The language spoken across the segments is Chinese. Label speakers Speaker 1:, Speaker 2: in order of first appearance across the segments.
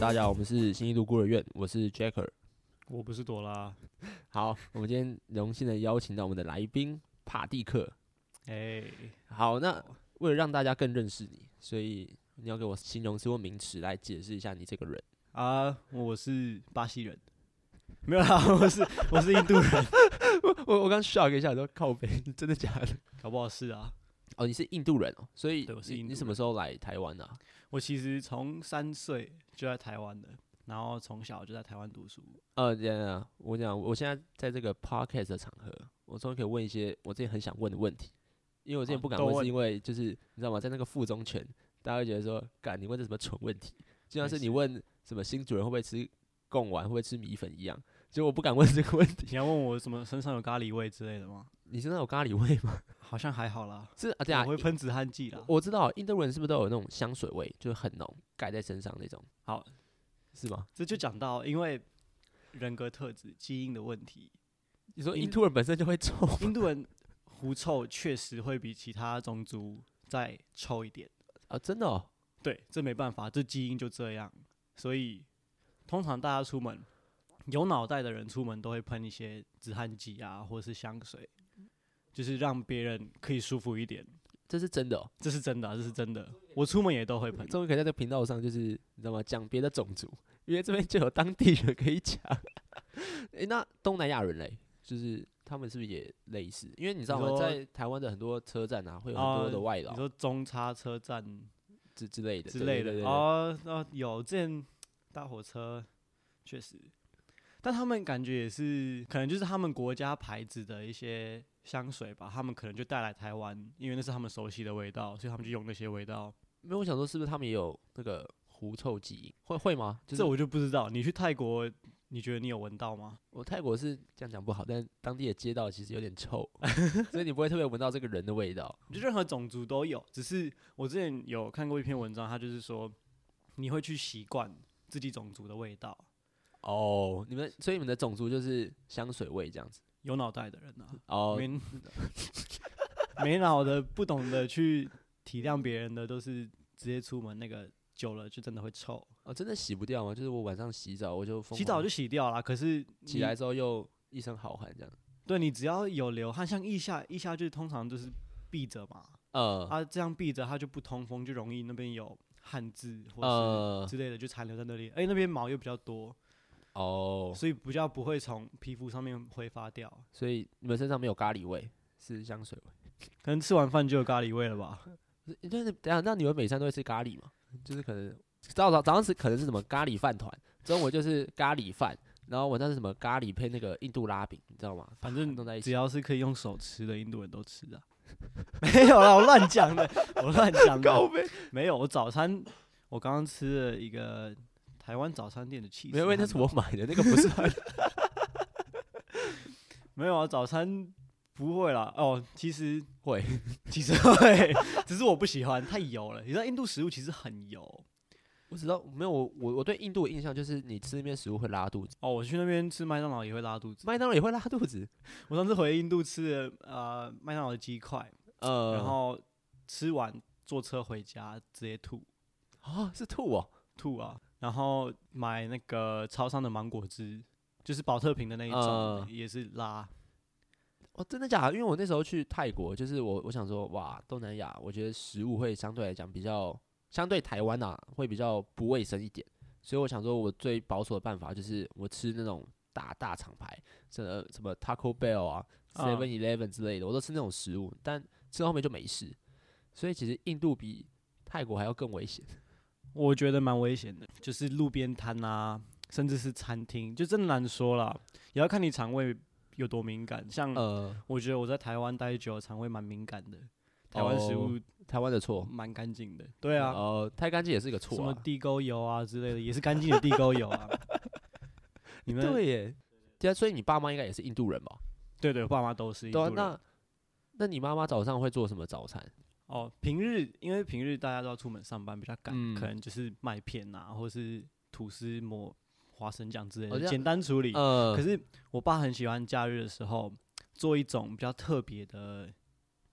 Speaker 1: 大家好，我们是新一度孤儿院，我是 Jacker。
Speaker 2: 我不是朵拉，
Speaker 1: 好，我们今天荣幸的邀请到我们的来宾帕蒂克。
Speaker 2: 哎、
Speaker 1: 好，那为了让大家更认识你，所以你要给我形容词或名词来解释一下你这个人。
Speaker 2: 啊，我是巴西人，没有啦， 我是我是印度人，
Speaker 1: 我我刚 shock 一下，说靠北， 真的假的？
Speaker 2: 搞不好是啊。
Speaker 1: 哦，你是印度人哦，所以
Speaker 2: 对我是
Speaker 1: 你
Speaker 2: 印
Speaker 1: 你
Speaker 2: 度
Speaker 1: 什么时候来台湾的啊、
Speaker 2: 我其实从三岁就在台湾的，然后从小就在台湾读书。
Speaker 1: 呃，这样啊，我讲，我现在在这个 podcast 的场合，我终于可以问一些我之前很想问的问题，因为我之前
Speaker 2: 好
Speaker 1: 不敢
Speaker 2: 都
Speaker 1: 问，是
Speaker 2: 问
Speaker 1: 因为就是你知道吗，在那个附中圈，大家会觉得说，干你问这什么蠢问题，就像
Speaker 2: 没
Speaker 1: 是你
Speaker 2: 事
Speaker 1: 问什么新主人会不会吃贡丸，会不会吃米粉一样，就我不敢问这个问题。
Speaker 2: 你要问我什么身上有咖喱味之类的吗？
Speaker 1: 你身上有咖喱味吗？
Speaker 2: 好像还好啦，
Speaker 1: 是啊，对啊
Speaker 2: 我，会喷止汗剂啦。
Speaker 1: 我知道印度人是不是都有那种香水味，就是很浓，盖在身上那种，
Speaker 2: 好，
Speaker 1: 是吗？
Speaker 2: 这就讲到因为人格特质、基因的问题，
Speaker 1: 你说印
Speaker 2: 印
Speaker 1: 度人本身就会臭 吗，
Speaker 2: 印度人狐臭确实会比其他种族再臭一点。
Speaker 1: 啊，真的哦，
Speaker 2: 对，这没办法，这基因就这样。所以通常大家出门，有脑袋的人出门都会喷一些止汗剂啊，或是香水，就是让别人可以舒服一点。
Speaker 1: 这是真的哦。
Speaker 2: 这是真的啊、这是真的。我出门也都会喷。
Speaker 1: 终于可以在这个频道上，就是你知道吗？讲别的种族，因为这边就有当地人可以讲。 诶、那东南亚人嘞，就是他们是不是也类似？因为你知道
Speaker 2: 你
Speaker 1: 吗，
Speaker 2: 说
Speaker 1: 在台湾的很多车站啊，会有很多
Speaker 2: 啊
Speaker 1: 的外
Speaker 2: 你
Speaker 1: 劳
Speaker 2: 说中叉车站
Speaker 1: 之之类的
Speaker 2: 之类
Speaker 1: 对对对
Speaker 2: 的
Speaker 1: 对对
Speaker 2: 哦，哦，有之前搭火车确实，但他们感觉也是，可能就是他们国家牌子的一些香水吧，他们可能就带来台湾，因为那是他们熟悉的味道，所以他们就用那些味道。
Speaker 1: 没有，我想说是不是他们也有那个狐臭基因？会会吗？就是
Speaker 2: 这
Speaker 1: 我
Speaker 2: 我就不知道。你去泰国，你觉得你有闻到吗？
Speaker 1: 我泰国是这样讲不好，但当地的街道其实有点臭， 所以你不会特别闻到这个人的味道。
Speaker 2: 就任何种族都有，只是我之前有看过一篇文章，它就是说你会去习惯自己种族的味道。
Speaker 1: 哦，你们所以你们的种族就是香水味这样子。
Speaker 2: 有脑袋的人啊，
Speaker 1: 哦，
Speaker 2: 没没脑的、不懂得去体谅别人的，都是直接出门那个久了就真的会臭。
Speaker 1: 哦，真的洗不掉吗？就是我晚上洗澡，我就疯
Speaker 2: 洗澡
Speaker 1: 狂
Speaker 2: 就洗掉啦，可是
Speaker 1: 起
Speaker 2: 你
Speaker 1: 来，之后又一身好汗这样。
Speaker 2: 对你只要有流汗，像腋下，腋下就是通常就是闭着嘛，
Speaker 1: 呃
Speaker 2: 它这样闭着它就不通风，就容易那边有汗渍或
Speaker 1: 呃
Speaker 2: 是之类的就残留在那里。哎、那边毛又比较多，
Speaker 1: 哦，
Speaker 2: 所以比较不会从皮肤上面挥发掉。
Speaker 1: 所以你们身上没有咖喱味，是香水味。
Speaker 2: 可能吃完饭就有咖喱味了吧？
Speaker 1: 是就是等一下，那你们每餐都会吃咖喱吗？就是可能早早早上吃可能是什么咖喱饭团，中午就是咖喱饭，然后晚上是什么咖喱配那个印度拉饼，你知道吗？
Speaker 2: 反正
Speaker 1: 弄在一
Speaker 2: 只
Speaker 1: 起。
Speaker 2: 要是可以用手吃的，印度人都吃啊。 没有啦，我乱 讲的，我乱讲的。
Speaker 1: 呗，
Speaker 2: 没有，我早餐我刚刚吃了一个台湾早餐店的气，
Speaker 1: 没有，因为那是我买的，那个不是他的。
Speaker 2: 没有啊，早餐不会啦。哦，其实
Speaker 1: 会，
Speaker 2: 其实会，只是我不喜欢，太油了。你知道印度食物其实很油。
Speaker 1: 我知道，没有我我我对印度的印象就是你吃那边食物会拉肚子，
Speaker 2: 哦，我去那边吃麦当劳也会拉肚子。
Speaker 1: 麦当劳也会拉肚子。
Speaker 2: 我上次回印度吃了呃麦当劳的鸡块，
Speaker 1: 呃，
Speaker 2: 然后吃完坐车回家直接吐。
Speaker 1: 啊是吐哦，
Speaker 2: 吐啊，然后买那个超商的芒果汁，就是保特瓶的那一种，
Speaker 1: 嗯
Speaker 2: 也是拉。
Speaker 1: 哦，真的假的？因为我那时候去泰国，就是我我想说，哇，东南亚，我觉得食物会相对来讲比较，相对台湾啊，会比较不卫生一点，所以我想说，我最保守的办法就是我吃那种大大厂牌，什么什么 Taco Bell 啊、
Speaker 2: 嗯
Speaker 1: Seven Eleven 之类的，我都吃那种食物，但吃到后面就没事。所以其实印度比泰国还要更危险。
Speaker 2: 我觉得蛮危险的，就是路边摊啊，甚至是餐厅，就真的难说啦，也要看你肠胃有多敏感。像
Speaker 1: 呃，
Speaker 2: 我觉得我在台湾待久了，肠胃蛮敏感的，台湾食物
Speaker 1: 台湾的错，
Speaker 2: 蛮干净的。对啊，
Speaker 1: 呃，太干净也是一个
Speaker 2: 什
Speaker 1: 错
Speaker 2: 么
Speaker 1: 哦啊。
Speaker 2: 地沟油啊之类的，也是干净的地沟 油啊。你们
Speaker 1: 对耶，对啊，所以你爸妈应该也是印度人吧？
Speaker 2: 对对，我爸妈都是印
Speaker 1: 对啊，
Speaker 2: 度人
Speaker 1: 那那你妈妈早上会做什么早餐？
Speaker 2: 哦，平日因为平日大家都要出门上班，比较赶，
Speaker 1: 嗯
Speaker 2: 可能就是麦片啊，或是吐司抹花生酱之类
Speaker 1: 哦这
Speaker 2: 的，
Speaker 1: 样
Speaker 2: 简单处理。
Speaker 1: 呃
Speaker 2: 可是我爸很喜欢假日的时候做一种比较特别的，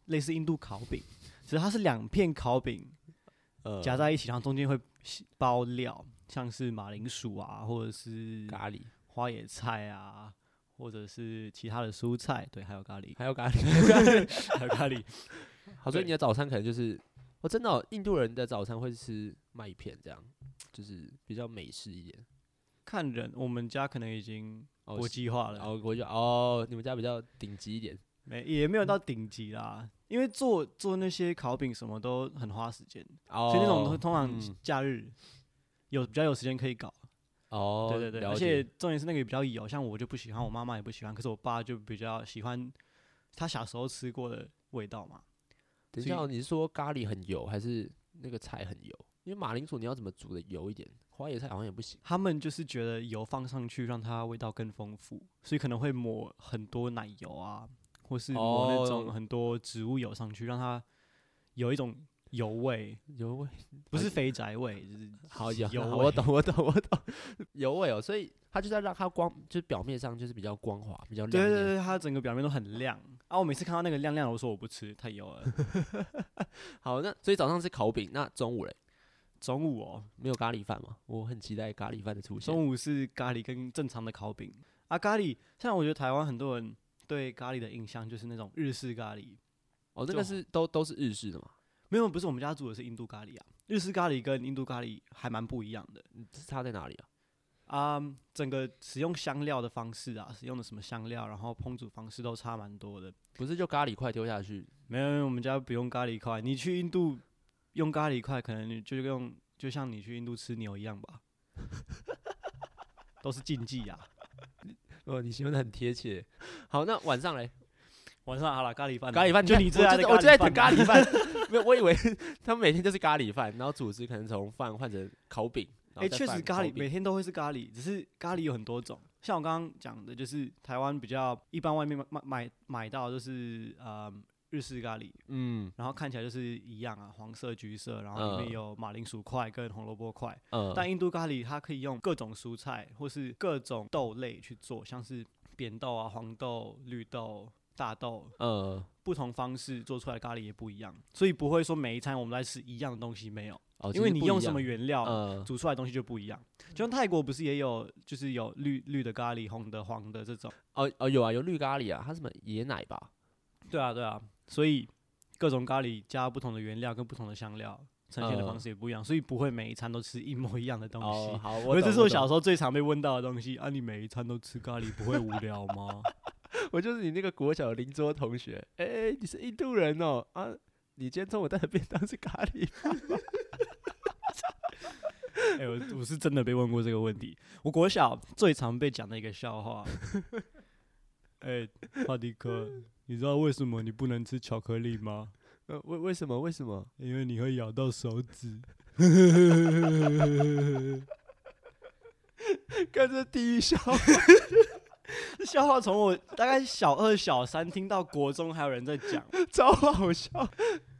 Speaker 2: 类似印度烤饼，只是它是两片烤饼
Speaker 1: 呃
Speaker 2: 夹在一起，然后中间会包料，像是马铃薯啊，或者是
Speaker 1: 咖喱，
Speaker 2: 花野菜啊，或者是其他的蔬菜，对，还有咖喱，
Speaker 1: 还有咖喱。
Speaker 2: 还有咖喱，
Speaker 1: 好，所以
Speaker 2: 对
Speaker 1: 你的早餐可能就是，我、真的哦、印度人的早餐会吃麦片，这样就是比较美式一点。
Speaker 2: 看人，我们家可能已经
Speaker 1: 哦
Speaker 2: 国
Speaker 1: 是
Speaker 2: 际化
Speaker 1: 然
Speaker 2: 了，
Speaker 1: 后我就哦，你们家比较顶级一点，
Speaker 2: 没也没有到顶级啦，因为做做那些烤饼什么都很花时间，
Speaker 1: 哦，
Speaker 2: 所以那种通通
Speaker 1: 嗯
Speaker 2: 常假日有比较有时间可以搞，
Speaker 1: 哦，
Speaker 2: 对对对，
Speaker 1: 了
Speaker 2: 而且
Speaker 1: 解
Speaker 2: 重点是那个也比较油，像我就不喜欢，我妈妈也不喜欢，可是我爸就比较喜欢他小时候吃过的味道嘛。
Speaker 1: 等一
Speaker 2: 所
Speaker 1: 下
Speaker 2: 以
Speaker 1: 哦，你是说咖喱很油，还是那个菜很油？因为马铃薯你要怎么煮的油一点，花椰菜好像也不行。
Speaker 2: 他们就是觉得油放上去让它味道更丰富，所以可能会抹很多奶油啊，或是抹那
Speaker 1: 哦
Speaker 2: 种很多植物油上去，让它有一种油味，
Speaker 1: 油味
Speaker 2: 不是肥宅味，就是
Speaker 1: 好油，
Speaker 2: 油
Speaker 1: 好
Speaker 2: 味
Speaker 1: 我懂，我懂，我懂，油味哦，所以它就是要让它光，就是表面上就是比较光滑，比较亮
Speaker 2: 对
Speaker 1: 面。
Speaker 2: 对对，它整个表面都很亮啊。我每次看到那个亮亮的，我说我不吃，太油了。
Speaker 1: 好，那所以早上吃烤饼，那中午嘞
Speaker 2: 中午哦，
Speaker 1: 没有咖喱饭吗？我很期待咖喱饭的出现。
Speaker 2: 中午是咖喱跟正常的烤饼啊。咖喱，像我觉得台湾很多人对咖喱的印象就是那种日式咖喱，
Speaker 1: 哦，那
Speaker 2: 就
Speaker 1: 个是都都是日式的嘛，
Speaker 2: 没有，不是我们家煮的是印度咖喱啊。日式咖喱跟印度咖喱还蛮不一样的
Speaker 1: 嗯是差在哪里啊？
Speaker 2: 啊、整个使用香料的方式啊，使用的什么香料，然后烹煮方式都差蛮多的。
Speaker 1: 不是就咖喱块丢下去，
Speaker 2: 没有，因为我们家不用咖喱块，你去印度用咖喱块，可能你就用，就像你去印度吃牛一 样吧，都是禁忌啊。
Speaker 1: 哦，你形容的很贴切。好，那晚上嘞，
Speaker 2: 晚上好了，咖喱饭啊，
Speaker 1: 咖喱饭
Speaker 2: 就
Speaker 1: 看
Speaker 2: 你最
Speaker 1: 我
Speaker 2: 爱
Speaker 1: 就
Speaker 2: 的
Speaker 1: 是
Speaker 2: 咖喱
Speaker 1: 我就在等
Speaker 2: 饭
Speaker 1: 咖
Speaker 2: 啊
Speaker 1: 喱饭， 没有，我以为他们每天就是咖喱饭，然后主食可能从饭换成烤饼。然
Speaker 2: 哎、
Speaker 1: 后再
Speaker 2: 确
Speaker 1: 饭
Speaker 2: 实咖
Speaker 1: 烤
Speaker 2: 喱
Speaker 1: 饼
Speaker 2: 每天都会是咖喱，只是咖喱有很多种。像我刚刚讲的，就是台湾比较一般外面买买买买到就是呃日式咖喱，
Speaker 1: 嗯
Speaker 2: 然后看起来就是一样啊，黄色、橘色，然后里
Speaker 1: 嗯
Speaker 2: 面有马铃薯块跟红萝卜块。
Speaker 1: 嗯，
Speaker 2: 但印度咖喱它可以用各种蔬菜或是各种豆类去做，像是扁豆啊、黄豆、绿豆、大豆，
Speaker 1: 呃，
Speaker 2: 不同方式做出来的咖喱也不一样，所以不会说每一餐我们在吃一样的东西没有，
Speaker 1: 哦，
Speaker 2: 因
Speaker 1: 其
Speaker 2: 为
Speaker 1: 实
Speaker 2: 你
Speaker 1: 不一
Speaker 2: 用什
Speaker 1: 样
Speaker 2: 么哦原料，
Speaker 1: 呃，
Speaker 2: 煮出来的东西就不一样。就像泰国不是也有，就是有绿绿的咖喱、红的、黄的这种。
Speaker 1: 哦哦有啊，有绿咖喱啊，它是什么椰奶吧？
Speaker 2: 对啊，对啊。所以各种咖喱加不同的原料跟不同的香料，呈现的方
Speaker 1: 嗯
Speaker 2: 式也不一样，所以不会每一餐都吃一模一样的东
Speaker 1: 哦，
Speaker 2: 西。
Speaker 1: 好，
Speaker 2: 我
Speaker 1: 我
Speaker 2: 觉得
Speaker 1: 懂
Speaker 2: 这是我
Speaker 1: 我
Speaker 2: 小
Speaker 1: 懂
Speaker 2: 时候最常被问到的东西啊！你每一餐都吃咖喱，不会无聊吗？
Speaker 1: 我就是你那个国小的邻桌同学，哎、你是印度人哦啊，你今天中午带的便当是咖喱
Speaker 2: 哎、我我是真的被问过这个问题。我国小最常被讲的一个笑 话，哎、哈迪克，你知道为什么你不能吃巧克力吗？
Speaker 1: 呃，为为什么？为什 么？
Speaker 2: 因为你会咬到手指。
Speaker 1: 看这地狱笑，
Speaker 2: 这笑话从我大概小二、小三听到国中，还有人在讲，
Speaker 1: 超好笑。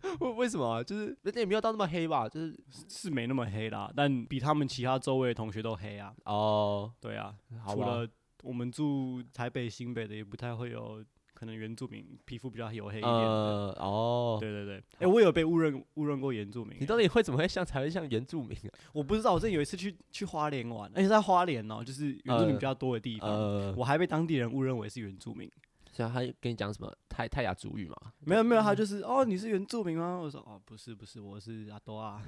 Speaker 1: 为为什么啊？就是人家也没有到那么黑吧？就是
Speaker 2: 是没那么黑啦，但比他们其他周围的同学都黑啊。
Speaker 1: 哦，
Speaker 2: 对啊，
Speaker 1: 好
Speaker 2: 除
Speaker 1: 吧，
Speaker 2: 了我们住台北、新北的，也不太会有可能原住民皮肤比较黝黑一点的。
Speaker 1: 呃，哦，
Speaker 2: 对对对，哎、我有被误认误认过原住民欸、
Speaker 1: 你到底会怎么会像才会像原住民啊？
Speaker 2: 我不知道，我之前有一次去去花莲玩，而且在花莲哦、就是原住
Speaker 1: 呃
Speaker 2: 民比较多的地方，
Speaker 1: 呃，
Speaker 2: 我还被当地人误认为是原住民。
Speaker 1: 所以他跟你讲什么泰泰雅族语嘛？
Speaker 2: 没有
Speaker 1: 嗯
Speaker 2: 没有，他就是哦，你是原住民吗？我说哦，不是不是，我是阿多啊。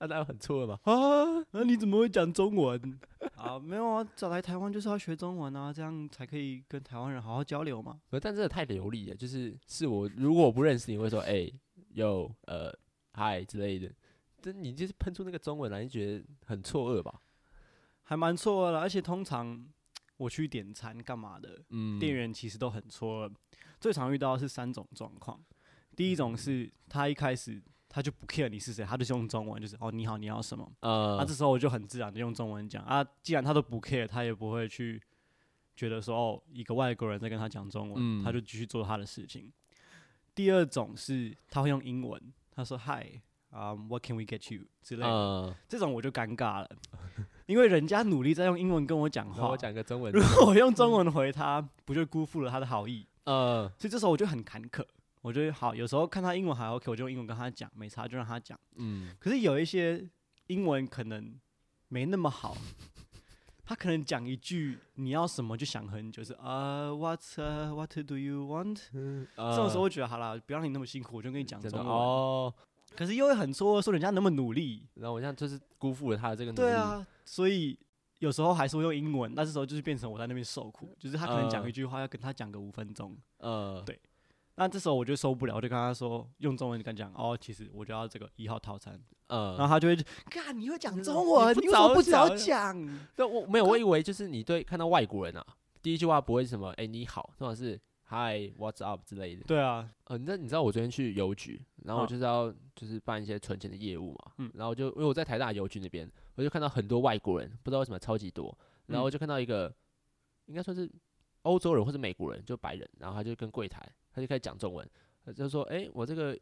Speaker 1: 那当然很错了吧？
Speaker 2: 啊，那你怎么会讲中文？ 啊，没有啊，找来台湾就是要学中文啊，这样才可以跟台湾人好好交流嘛。
Speaker 1: 可但真的太流利了，就是是我如果我不认识你，我会说哎有呃嗨之类的，但你就是喷出那个中文来，你觉得很错愕吧？
Speaker 2: 还蛮错愕的，而且通常我去点餐干嘛的，
Speaker 1: 嗯，
Speaker 2: 店员其实都很错愕。最常遇到的是三种状况，第一种
Speaker 1: 嗯
Speaker 2: 是他一开始他就不 care 你是谁，他就是用中文，就是哦你好你要什么，那、
Speaker 1: 呃
Speaker 2: 这时候我就很自然的用中文讲啊，既然他都不 care，他也不会去觉得说哦，一个外国人在跟他讲中文，
Speaker 1: 嗯
Speaker 2: 他就继续做他的事情。第二种是他会用英文，他说 Hi，啊、w h a t can we get you 之类的，
Speaker 1: 呃，
Speaker 2: 这种我就尴尬了， 因为人家努力在用英文跟我讲
Speaker 1: 然后
Speaker 2: 话
Speaker 1: 我，讲个中文
Speaker 2: 如，果我用中文回他，不就辜负了他的好意？
Speaker 1: 呃，
Speaker 2: 所以这时候我就很坎坷，我觉得好，有时候看他英文 还 OK，我就用英文跟他讲，没差就让他讲。
Speaker 1: 嗯，
Speaker 2: 可是有一些英文可能没那么好。 他可能讲一句你要什么就想很久，是呃、uh,，what、uh, what do you want？、这嗯种时候我觉得好啦，不要让你那么辛苦，我就跟你讲
Speaker 1: 呃真
Speaker 2: 中
Speaker 1: 的
Speaker 2: 文。
Speaker 1: 哦，
Speaker 2: 可是又会很错愕，说人家那么努力，
Speaker 1: 然后我这样就是辜负了他的这个努力。
Speaker 2: 对，啊，所以有时候还是会用英文，那这时候就是变成我在那边受苦，就是他可能讲
Speaker 1: 嗯
Speaker 2: 一句话要跟他讲个五分钟，
Speaker 1: 呃，
Speaker 2: 对那这时候我就受不了，我就跟他说用中文跟他讲哦，其实我就要这个一号套餐，然后
Speaker 1: 呃，
Speaker 2: 他就会干，你会讲
Speaker 1: 就是
Speaker 2: 中
Speaker 1: 你
Speaker 2: 文，
Speaker 1: 不
Speaker 2: 嗯你为什么
Speaker 1: 早
Speaker 2: 不早
Speaker 1: 讲
Speaker 2: 讲？
Speaker 1: 但我没有，我以为就是你对看到外国人啊，第一句话不会是什么，哎、你好，通常是 Hi，What's up 之类的。
Speaker 2: 对啊，
Speaker 1: 呃，那你知道我昨天去邮局，然后我
Speaker 2: 嗯
Speaker 1: 就是要就是办一些存钱的业务嘛，
Speaker 2: 嗯
Speaker 1: 然后就因为我在台大邮局那边，我就看到很多外国人，不知道为什么超级多，然
Speaker 2: 嗯
Speaker 1: 后我就看到一个、应该算是欧洲人或者美国人，就白人，然后他就跟柜台，他就开始讲中文，他就说：“诶，我这个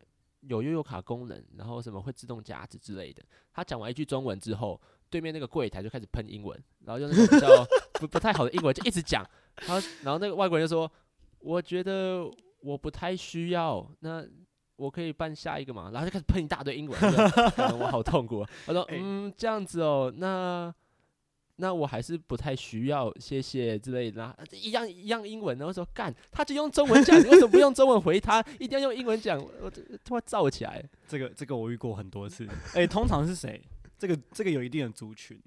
Speaker 1: 有悠游卡功能，然后什么会自动夹子之类的。”他讲完一句中文之后，对面那个柜台就开始喷英文，然后用那种比较 不不太好的英文就一直讲，然后然后那个外国人就说：“我觉得我不太需要，那我可以办下一个嘛。”然后就开始喷一大堆英文，我就 干我好痛苦啊。他说：“
Speaker 2: 哎
Speaker 1: 嗯，这样子哦，那那我还是不太需要，谢谢之类的。”然后一样一样英文，然后说：“干，他就用中文讲，你为什么不用中文回他？一定要用英文讲？”我这他妈燥起来。
Speaker 2: 这个这个我遇过很多次，哎，通常是谁？这个这个有一定的族群，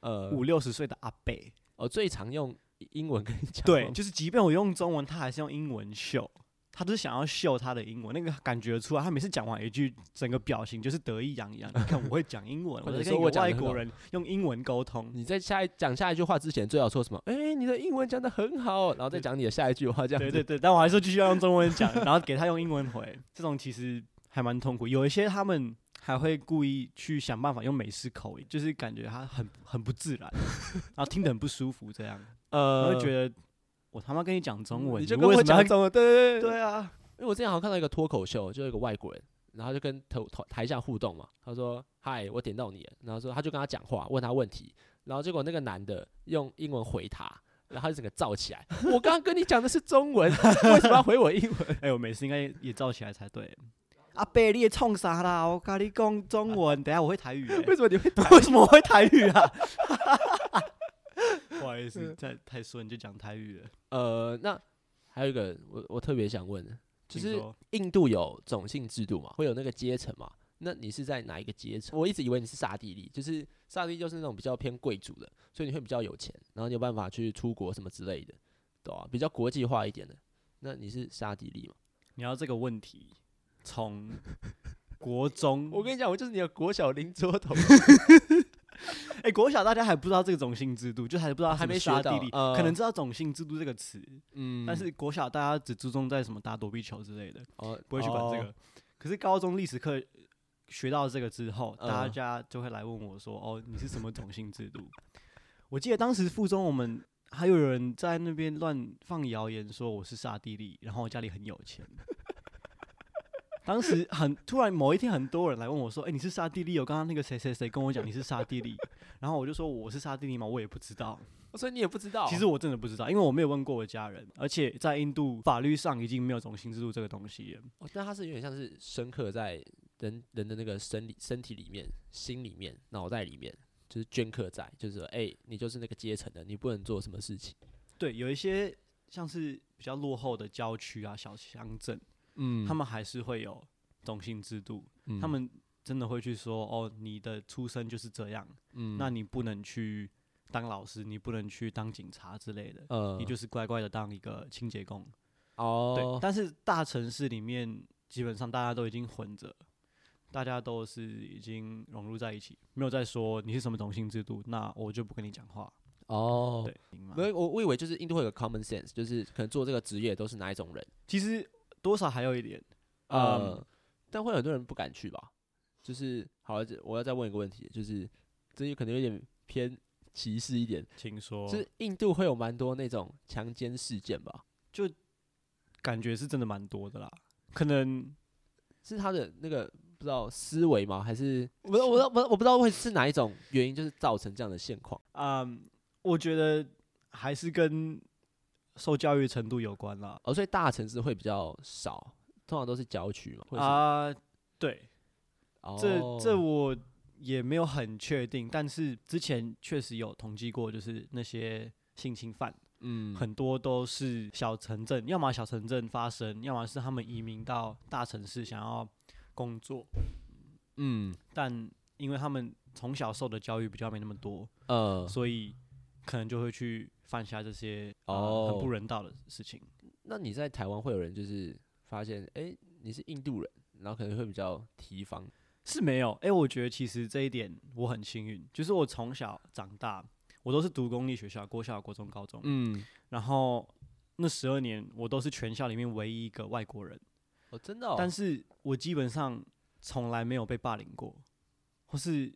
Speaker 1: 呃，
Speaker 2: 五六十岁的阿伯，
Speaker 1: 我最常用英文跟你讲话。
Speaker 2: 对，就是即便我用中文，他还是用英文秀，他就是想要秀他的英文，那个感觉出来。他每次讲完一句，整个表情就是得意洋洋。你看，我会讲英 文，
Speaker 1: 或
Speaker 2: 我
Speaker 1: 者
Speaker 2: 在跟
Speaker 1: 说
Speaker 2: 一
Speaker 1: 我
Speaker 2: 个
Speaker 1: 讲
Speaker 2: 外
Speaker 1: 得很
Speaker 2: 国
Speaker 1: 好
Speaker 2: 人用英文沟 通。
Speaker 1: 你在下一讲下一句话之前，最好说什么？哎、你的英文讲的很好，然后再
Speaker 2: 对
Speaker 1: 讲你的下一句话，这样
Speaker 2: 对
Speaker 1: 子。
Speaker 2: 对对，但我还是继续要用中文 讲，然后给他用英文回。这种其实还蛮痛苦，有一些他们还会故意去想办法用美式口音，就是感觉他很很不自 然，然后听得很不舒服这样。我
Speaker 1: 呃，
Speaker 2: 会觉得我他妈跟你讲中文，
Speaker 1: 你就跟
Speaker 2: 为
Speaker 1: 我
Speaker 2: 什么要
Speaker 1: 讲中文，对对对
Speaker 2: 对啊，
Speaker 1: 因为我之前好像看到一个脱口秀，就有一个外国人，然后就跟头头台下互动嘛，他说：“嗨，我点到你了。”然后说他就跟他讲话，问他问题，然后结果那个男的用英文回他，然后他就整个燥起来。我刚刚跟你讲的是中文，为什么要回我英文？
Speaker 2: 哎、我每次应该也也照起来才对。阿贝，你也冲啥啦？我跟你讲中文，等一下我会台语、
Speaker 1: 为什么你会
Speaker 2: 为什么我会台语啊？ 嗯不好意思，太太顺就讲台语了。
Speaker 1: 呃，那还有一个我我特别想问的，就
Speaker 2: 请
Speaker 1: 是
Speaker 2: 说
Speaker 1: 印度有种姓制度嘛，会有那个阶层嘛？那你是在哪一个阶层？我一直以为你是刹帝利，就是刹帝利就是那种比较偏贵族的，所以你会比较有钱，然后你有办法去出国什么之类的，对啊，比较国际化一点的。那你是刹帝利嘛？
Speaker 2: 你要这个问题从国 中，
Speaker 1: 我跟你讲，我就是你的国小邻桌头，
Speaker 2: 哎、国小大家还不知道这个种姓制度，就还不知道
Speaker 1: 还
Speaker 2: 什么
Speaker 1: 没学
Speaker 2: 沙地
Speaker 1: 到
Speaker 2: 利，
Speaker 1: 呃
Speaker 2: 可能知道种姓制度这个词，
Speaker 1: 嗯
Speaker 2: 但是国小大家只注重在什么打躲避球之类的，
Speaker 1: 哦，
Speaker 2: 不会去管这个。
Speaker 1: 哦
Speaker 2: 可是高中历史课学到这个之后，
Speaker 1: 嗯
Speaker 2: 大家就会来问我说：“哦，你是什么种姓制度？” 我记得当时附中我们还有人在那边乱放谣言说我是沙地利，然后我家里很有钱。 当时很突然，某一天很多人来问我说：“哎、你是沙地利哦？刚刚那个谁谁谁跟我讲你是沙地利。” 然后我就说：“我是沙地利吗？我也不知道。”
Speaker 1: 哦所以你也不知道。
Speaker 2: 其实我真的不知道，因为我没有问过我家人，而且在印度法律上已经没有种姓制度这个东西了。
Speaker 1: 哦，但它是有点像是深刻在人人的那个生理身体里面、心里面、脑袋里面，就是镌刻在，就是哎、欸你就是那个阶层的，你不能做什么事情。
Speaker 2: 对，有一些像是比较落后的郊区啊、小乡镇，
Speaker 1: 嗯
Speaker 2: 他们还是会有种姓制度，他们真的会去说哦，你的出身就是这样，
Speaker 1: 嗯
Speaker 2: 那你不能去当老师，你不能去当警察之类的，
Speaker 1: 呃，
Speaker 2: 你就是乖乖的当一个清洁工。对
Speaker 1: 哦，，
Speaker 2: 但是大城市里面基本上大家都已经混着。大家都是已经融入在一起，没有再说你是什么种姓制度，那我就不跟你讲话。
Speaker 1: 哦，
Speaker 2: 对，明白吗
Speaker 1: 没有，我我以为就是印度会有个 common sense，就是可能做这个职业都是哪一种人，
Speaker 2: 其实多少还有一点，
Speaker 1: 呃
Speaker 2: 嗯，
Speaker 1: 但会有很多人不敢去吧？就是好，这我要再问一个问题，就是这可能有点偏歧视一点，
Speaker 2: 请说，
Speaker 1: 就是印度会有蛮多那种强奸事件吧？
Speaker 2: 感觉是真的蛮多的啦。可能
Speaker 1: 是他的那个不知道思维吗？还是我不知道，我不知道，我不知道会是哪一种原因，就是造成这样的现况。
Speaker 2: 啊、嗯我觉得还是跟受教育程度有关啦。
Speaker 1: 哦，所以大城市会比较啊少，通常都是郊区嘛。或者是
Speaker 2: 啊、对，这
Speaker 1: 哦
Speaker 2: 这我也没有很确定，但是之前确实有统计过，就是那些性侵犯
Speaker 1: 嗯，
Speaker 2: 很多都是小城镇，要么小城镇发生，要么是他们移民到大城市想要工作，
Speaker 1: 嗯
Speaker 2: 但因为他们从小受的教育比较没那么多，
Speaker 1: 呃，
Speaker 2: 所以可能就会去犯下这些、呃很不
Speaker 1: 哦
Speaker 2: 人道的事情。
Speaker 1: 那你在台湾会有人就是发现，哎、你是印度人，然后可能会比较提防，
Speaker 2: 是没有，哎、我觉得其实这一点我很幸运，就是我从小长大，我都是读公立学校，国小、国中、高中，
Speaker 1: 嗯，
Speaker 2: 然后那十二年我都是全校里面唯一一个外国人，
Speaker 1: 哦，真的、哦，
Speaker 2: 但
Speaker 1: 是
Speaker 2: 是我基本上从来没有被霸凌过，或是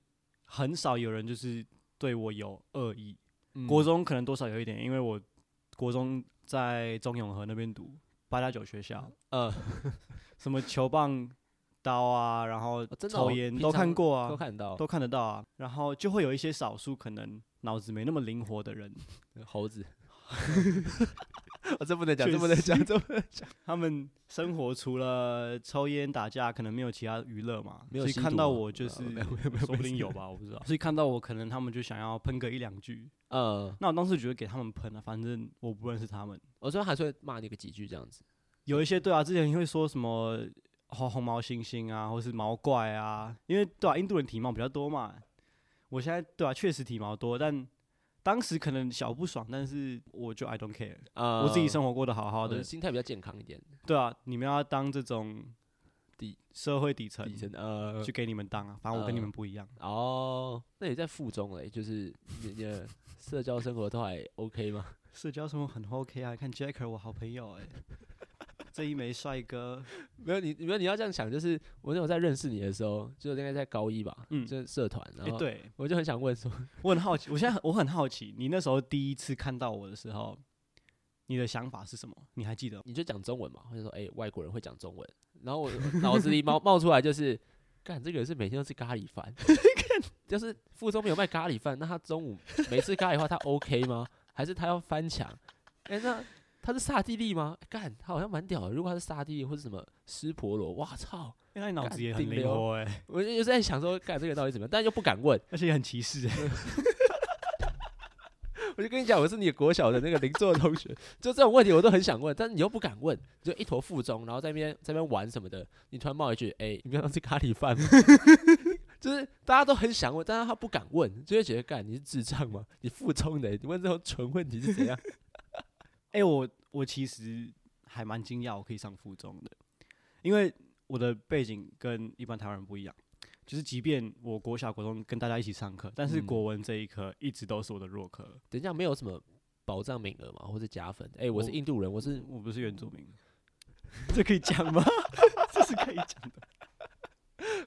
Speaker 2: 很少有人就是对我有恶意。
Speaker 1: 嗯
Speaker 2: 国中可能多少有一点，因为我国中在中永和那边读八加九学校，
Speaker 1: 呃，
Speaker 2: 什么球棒刀啊，然后
Speaker 1: 真的哦
Speaker 2: 抽烟、
Speaker 1: 平
Speaker 2: 都看
Speaker 1: 常
Speaker 2: 过啊，
Speaker 1: 都看到
Speaker 2: 都看得到啊。然后就会有一些少数可能脑子没那么灵活的人，
Speaker 1: 猴 子，哦、这不能讲，
Speaker 2: 确
Speaker 1: 这不能讲，这不能
Speaker 2: 他们生活除了抽烟打架，可能没有其他娱乐嘛。
Speaker 1: 没有
Speaker 2: 所以
Speaker 1: 吸毒
Speaker 2: 看到
Speaker 1: 吗
Speaker 2: 我就是，
Speaker 1: 啊没有没有没有
Speaker 2: 说不定有吧，我不知道。所以看到我，可能他们就想要喷个一两句。
Speaker 1: 呃，
Speaker 2: 那我当时觉得给他们喷啊，反正我不认识他们。
Speaker 1: 我最后还是会骂你个几句这样子，
Speaker 2: 有一些对啊，之前会说什么红红毛猩猩啊，或是毛怪啊，因为对啊，印度人体毛比较多嘛。我现在对啊，确实体毛多，但当时可能小不爽，但是我就 I don't care，、
Speaker 1: 呃，
Speaker 2: 我自己生活过得好好
Speaker 1: 我的
Speaker 2: 的。
Speaker 1: 心态比较健康一点，
Speaker 2: 对啊，你们要当这种
Speaker 1: 底
Speaker 2: 社会底层，
Speaker 1: 底层嗯呃
Speaker 2: 就，给你们当啊，反正我跟你们不一样。
Speaker 1: 哦，那你在附中嘞，就是你你的社交生活都还 OK 吗？
Speaker 2: 社交生活很 OK 啊，看 Jacker 我好朋友哎、这一枚帅哥，
Speaker 1: 没有你，没有你要这样想，就是我那时候在认识你的时候，就应该在高一吧，
Speaker 2: 嗯
Speaker 1: 就是社团，
Speaker 2: 哎、
Speaker 1: 然后、，
Speaker 2: 对
Speaker 1: 我就很想问说，
Speaker 2: 我很好奇，我现在很我很好奇，你那时候第一次看到我的时候，你的想法是什么？你还记得吗？
Speaker 1: 你就讲中文嘛，或者说哎、外国人会讲中文，然后我脑子里冒冒出来就是，干这个人是每天都吃咖喱 饭，就是附中没有卖咖喱饭，那他中午没吃咖喱的话，他 OK 吗？还是他要翻墙？哎、那他是萨地利吗？干，他好像蛮屌的。如果他是萨地利或者什么湿婆罗，哇操！
Speaker 2: 因为你脑
Speaker 1: 干
Speaker 2: 子也很
Speaker 1: 顶
Speaker 2: 灵
Speaker 1: 流
Speaker 2: 活哎、
Speaker 1: 我就就在想说，干这个到底怎么样，但又不敢问。
Speaker 2: 而且也很歧 视哎、
Speaker 1: 我就跟你讲，我是你的国小的那个邻座的同学， 就这种问题我都很想问，但是你又不敢问，你就一头附中，然后在那边在那边玩什么的，你突然冒一句，哎、你刚刚吃咖喱饭吗？ 就是大家都很想问，但是他不敢问，就会觉得干你是智障吗？你附中的、你问这种蠢问题是怎样？
Speaker 2: 哎、我我其实还蛮惊讶，我可以上附中的，因为我的背景跟一般台湾人不一样，就是即便我国小、国中跟大家一起上课，但是
Speaker 1: 嗯
Speaker 2: 国文这一科一直都是我的弱科。
Speaker 1: 等一下没有什么保障名额嘛，或者加分？哎、我是
Speaker 2: 我
Speaker 1: 印度人，我是
Speaker 2: 我不是原住民， 这可以讲吗？ 这是可以讲的。